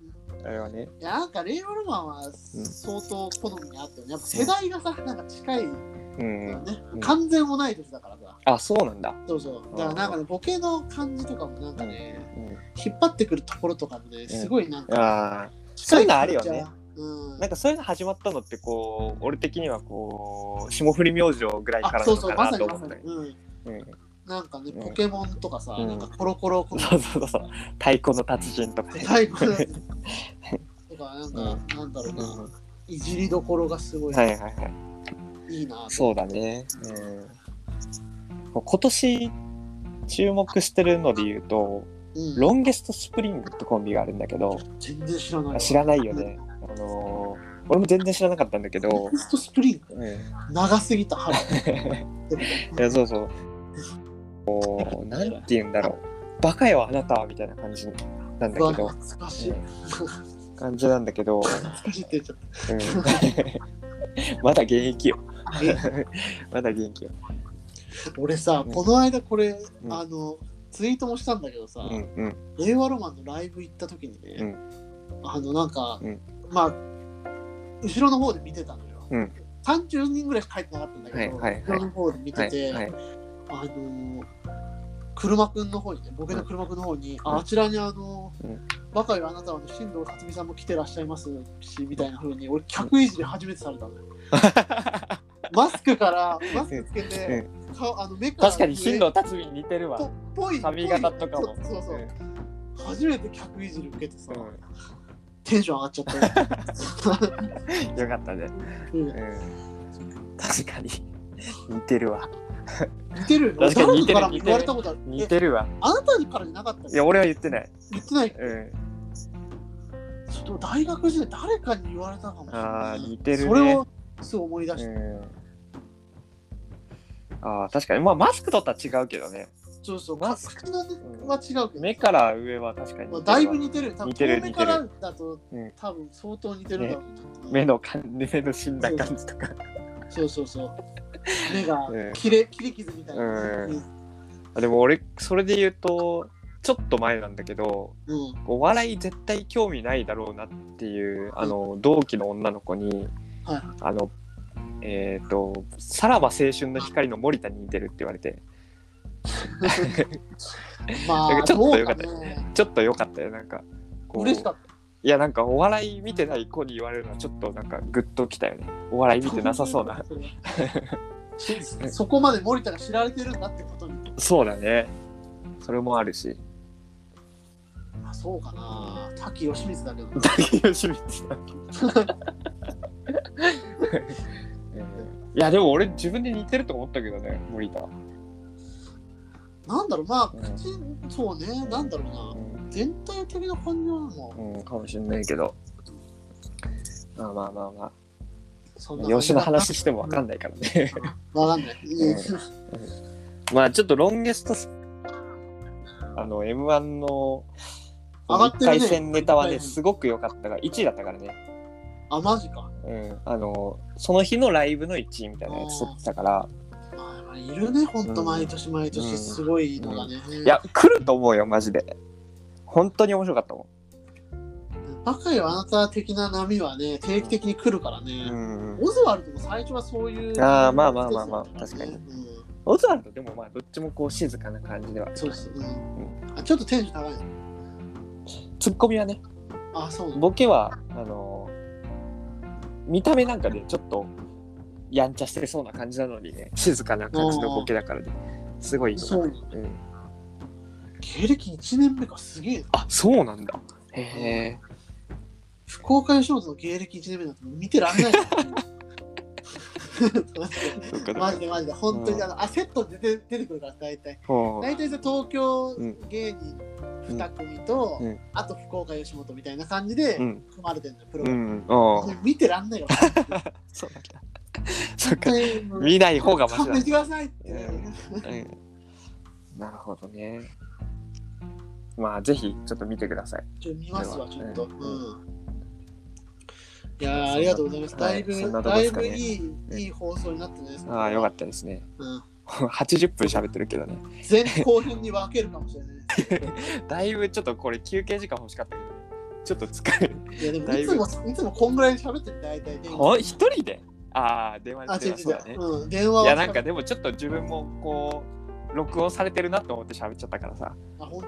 あれはね
いやなんか令和ロマンは相当好みにあったよね。やっぱ世代がさ、なんか近いよ
うん
ね。
うん
完全同い年だからさ。
あそうなんだ、
そうそう。だからなんかね、ボケの感じとかもなんかね、
う
引っ張ってくるところとかもね、すごいなん
ん、
か、
ああそういうのあるよ
じ
ね
ゃあ。うん
なん。かそういうの始まったのってこう俺的にはこう霜降り明星ぐらいか
あ、
ら
そ
な
う
の
そう、
か
ま
な
さ
と
にま
思
さ
っ
に
た。よ
うん。
うん
なんかね、
うん
ポケモンとかさ、
うん
なんかコロコロコロ、
そうそうそうそう太鼓の達人とかね
最後 のやつとか、なんか、なんだろう
う
な、
ん
いじりどころがすごい、
はい
い、
はいはい
いなと。
そうだね、うん、今年注目してるので言うと
うん
ロンゲストスプリングってコンビがあるんだけど
全然知らないわ。
知らないよね、あのー俺も全然知らなかったんだけど
テ、ストスプリング
うん、い
長すぎた 春。
やそうそうこうなんて言うんだろうバカよあなたはみたいな感じなんだ
うわ
けど
懐かしい。
うん
懐
感じなんだけ ど、
かしいって言っちゃっ
うんまだ現役よ
た。え
まだ現役よ、
俺さ、
うん
この間これ、
うん
あの、ツイートもしたんだけどさ、
うんうん
令和ロマンのライブ行った時にね、
う
あの、なんか、
うん
まあ、後ろの方で見てたのよ。
うん
30人ぐらいしか帰ってなかったんだけど、
はいはいはい
後ろの方で見
は
て
い
て、
はい
あの車くんの方にね、僕の車くんの方に、ああちらにあの、
うん
若いあなたはの新藤克美さんも来てらっしゃいますし、みたいな風に、俺、客いじり初めてされたのよ。マスクから、マスクつけて、顔あの目から
確かに進路達に似てるわ
っぽい。
髪型とかも
そうそうそう
うん
初めて客いじり受けてさ、
う
テンション上がっちゃったよ。
ん、よかったね、
うん
うん、確かに似てるわ
似てるよね。
確かに似てる
誰かからも言われたことある。
似
え
てるわ
あなたにからじゃなかった
いや
よ。
俺は言ってない、
言ってない。
うん、
ちょっと大学時代誰かに言われたかもしれな
あ
い。
ー似てるね
それをすぐ思い出して、
うん、あー確かにまあマスクとは違うけどね
そうそう、
マ
マ
ス
ス
ク
クのね
うん
は違うけど、
目から上は確かに
まあ
似てるわ
だいぶ似てるよ。多分
似てる
遠目からだと
うん
多分相当似てるだろうな、
目の感じ目の死んだ 感じとか
そうそうそう。目が
うん
切れ切れ傷みたいな。
う
うんん。
あでも俺それで言うとちょっと前なんだけどお笑い絶対興味ないだろうなっていうあの同期の女の子に、
はい
あのえっ、と「さらば青春の光の森田に似てる」って言われて
まあ、
ちょっと
どう
よか
か
った
ね。
ちょっと良かったよなんかこう
嬉しかっ
いやなんかお笑い見てない子に言われるのはちょっとなんかグッときたよねお笑い
た。。
見てなさそうな
しそこまで森田が知られてるんだってことに。
そうだねそれもあ るし
あそうかな。滝義光だけどな。
竹吉光さん いやでも俺自分で似てると思ったけどね森田
なんだろう、ま
う
あ、
ん
口、そうね、なんだろうな。
う
全体的な感じはも
ん、うん、かもしれないけど。まあまあまあま
う、そん
あ、
な。
養子の話してもわかんないからね。
わかんない。いや
まあちょっとロンゲストス、あの、M1 の
上がっ
1
てるね
回戦ネタは
う
ね、
ん
すごく良かったが、1位だったからね。
あ、マジか。
うん、あの、その日のライブの1位みたいなやつ取ってたから、
まあまあ、いるね、ほんと、毎年毎
うん
年、すごいのがね。
いや、来ると思うよ、マジで。本当に面白かったもん。
バカよ、あなた的な波はね、定期的に来るからね。
ん
オズワルドも最初はそういう。
あーまあまあまあまあ確か
う
に
ん。
オズワルドでもまあどっちもこう静かな感じでは
そうです。うんあちょっとテンション高いの。
ツッコミはね
あ、そうなんだ
ボケはあのー見た目なんかでちょっとやんちゃしてそうな感じなのにね静かな感じのボケだからねすごいいいのかな
そうなん
うん、
芸歴1年目か、すげえな。
あそうなんだへえ
不公開ショートの芸歴1年目なんて見てら れないよ。
そっかそっ
マ
か
ジでマジで、本当
うん
にあの、あセットで出て出てくるから、大体。
ほう
大体さ東京
うん
芸人2組と、
うん
あと福岡吉本みたいな感じで
う
組
ん
まれてるのよ、プロ
う
が。
んおー
見てらん ないから、
そうなんだ そっか
絶対もう
見ない方がマシ
勘
だ
弁してくださいって。
うんなるほどねまあぜひちょっと見てください
ちょっと見ますわ、
で
ち
は
ょっと。
うん
うんいやーありがとうございます。だいぶ、
はいそんなとこ
だ
で
い
すか
ぶ
ね
いい、
うん
いい放送になったね。
ああよかったですね
うん
80分喋ってるけどね。
前後編に分けるかもしれない。
だいぶちょっとこれ休憩時間欲しかったけど、ちょっと疲れる。
いやでも
だい
い
ぶ
つもいつもこんぐらい喋ってる大体電話
お一人でああ、電
あ
話
違う違
でそうだね
う、。うん、電話
い
は
や、なんかでもちょっと自分もこう、録音されてるなと思って喋っちゃったからさ。
あ本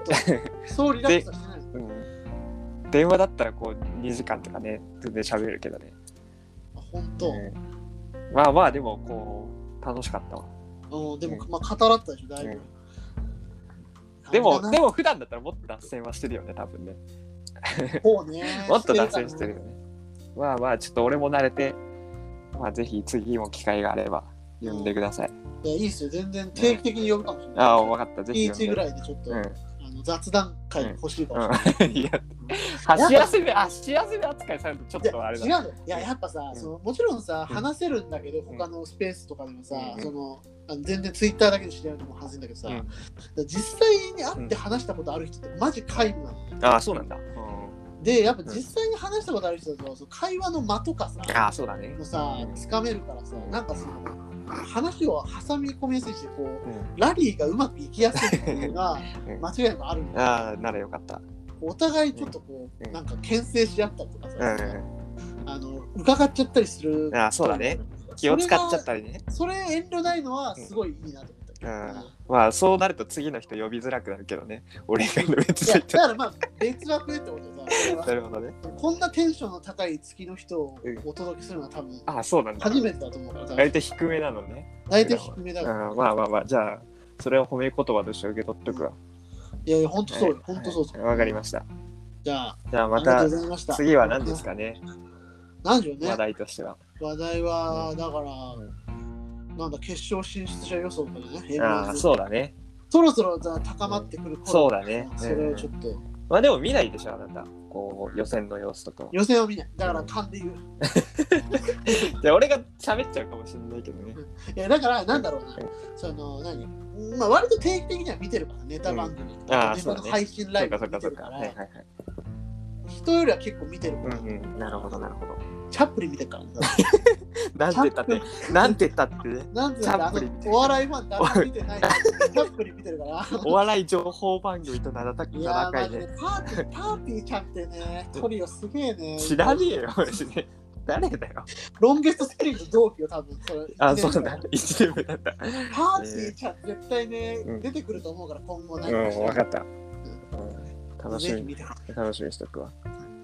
当そうリラックスはしてない
うん。電話だったらこう2時間とかね、全然喋るけどね。
あ本当、
うんまあまあ、でもこう、楽しかったわ。
うん、でも、
うん
まあ語らったでしょだいぶ、
うんで
で
も、
も
でも普段だったらもっと脱線はしてるよね、多分ね。
こうね
もっと脱線してる
か
よね。まあまあ、ちょっと俺も慣れて、まあぜひ次も機会があれば呼んでください。
らいやいいっすよ全然定期的に呼ぶかもしれない、
ああ、分かった。ぜひ呼ん
月
で。
1ぐらいでちょっと、
うん。
あの雑談会欲しいかもしれない、
うん、いや、箸休め、足休め扱いされるとちょっとあれ
い
だ。
や違うのいややっぱさ、
うん
そのもちろんさ
うん
話せるんだけど、
ん
他のスペースとかでもさ、
うん
そのあの全然ツイッターだけで知り合うのも恥ずいんだけどさ、
うん
だから実際に会って話したことある人ってマジ皆無なの
ああ、そうなんだ。
でやっぱ実際に話したことある人だと、その会話の間とかさ
ああ、そうだね。
もさ
うん
つかめるからさなんかその話を挟み込みやすいしこう
うん、
ラリーがうまくいきやすいっていうのが
うん
間違いなくあるんだよ
ああ、ならよかった。
お互いちょっとこう、
うん
なんか牽制し合ったりとかさ、
うん。
あの伺っちゃったりする
ああ、そうだね。気を使っちゃったりね。
それがそれ遠慮ないのはすごいいいなと思った、う
う
ん ん。
まあ、そうなると次の人呼びづらくなるけどね。俺以外の別
いや
の
だ
人。
からまあ別枠でってことさそれは
なるほどね。
こんなテンションの高い月の人を
うん
お届けするのは多分
ああ、そうなんだ。
初めてだと思うから
割と低めなのね。
大体低めだ
うん
から、
まあまあまあ、じゃあ、それを褒め言葉として受け取っとくわ。
いやいや本当そうよ
はい
本当そうそう
はいわかりました。
じゃあ
じゃあま
あ
た
りがとうございました
次は何ですかね、
何でしょうね
話題としては。
話題は、だから、なんだ、決勝進出者予想とかね、
ああ、
そ
そうだね。
ろそろだ高まってくる頃
そうだね
それをちょっと、
まあでも見ないでしょ、あなた。こう、予選の様子とかは。
予選を見ない。だから勘で言う。
で、俺が喋っちゃうかもしれないけどね。
いや、だから、なんだろうな
うん、
その、何まあ、割と定期的には見てるから、ネタ番組と
うんあ
か、
あ
ネ
そう
タ
だ
の
ね
配信ラ
そ
イ
う
ブ
か
と
そ
か見てるか
うかそうか。はいはい
ら、
はい。
人よりは結構見てる
う
から、
んうん。なるほど、なるほど。
チャップリン見てるから。
なんて言ったって、なんて言ったってね、
なんであ
チャップリン見て
の、お笑いファン誰も見てないから。チャップリン見てる から。
お笑い情報番組と名高く
いやー、マ
名高い
ジで
ね。
パーティー、パーティーちゃんってね、トリオすげえね。
知らねえよ、マジで。誰だよ。
ロンゲストスプリング同期よ、多分それ。
あ、そうなんだ。一年目だった。
パーティーちゃん、絶対ね、
うん
出てくると思うから、今後
う
ね。
ん、わかった。
た
楽し
ぜひ
み、
見てほしい
楽しみにしとくわ。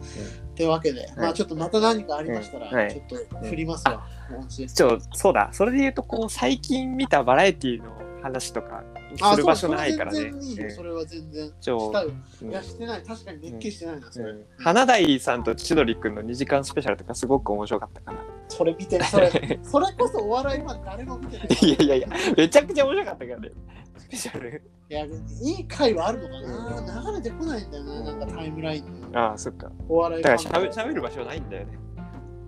ってわけで、まあちょっとまた何かありましたら、
うんはい
ちょっと振りますわ。お話です
ちょ、そうだ。それで言うと、こう、最近見たバラエティの話とか、
あ
する場所ないからね
そうそれ全。然いいよ、それは全然。
ちょ
したよ。
うん
いや、してない。確かに熱気してないな、それ。
花大さんと千鳥くんの2時間スペシャルとかすごく面白かったから。
それ見てそれそれこそお笑いは誰も見てない
いやいやいや、めちゃくちゃ面白かったからね。スペシャル。
いやいい回はあるのかな流れてこないんだよななんかタイムラインの
ああ、そっか。
お笑い
だ
フ
か
ァン
らしゃべしゃべる場所ないんだよね。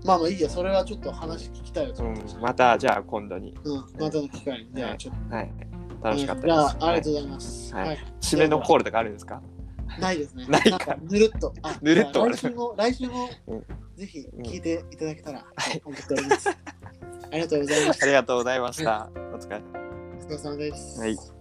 まあまあいいやそれはちょっと話聞きたいよ
う、ん、また、じゃあ今度に。
うん、またの機会にじゃあちょっと
はい。楽しかった
うんじ
です。
ゃあありがとうございます、
はい
はい
締めのコールとかあるんですか
ないですね。
ないか
んぬるっと。あ
ぬるっと
じゃあ来週も、来週も
うん、
ぜひ聞いていただけたら、はい思っております。ありがとうございまし
ありがとうございました。お疲
た。
れ。
お疲れ様です。
はい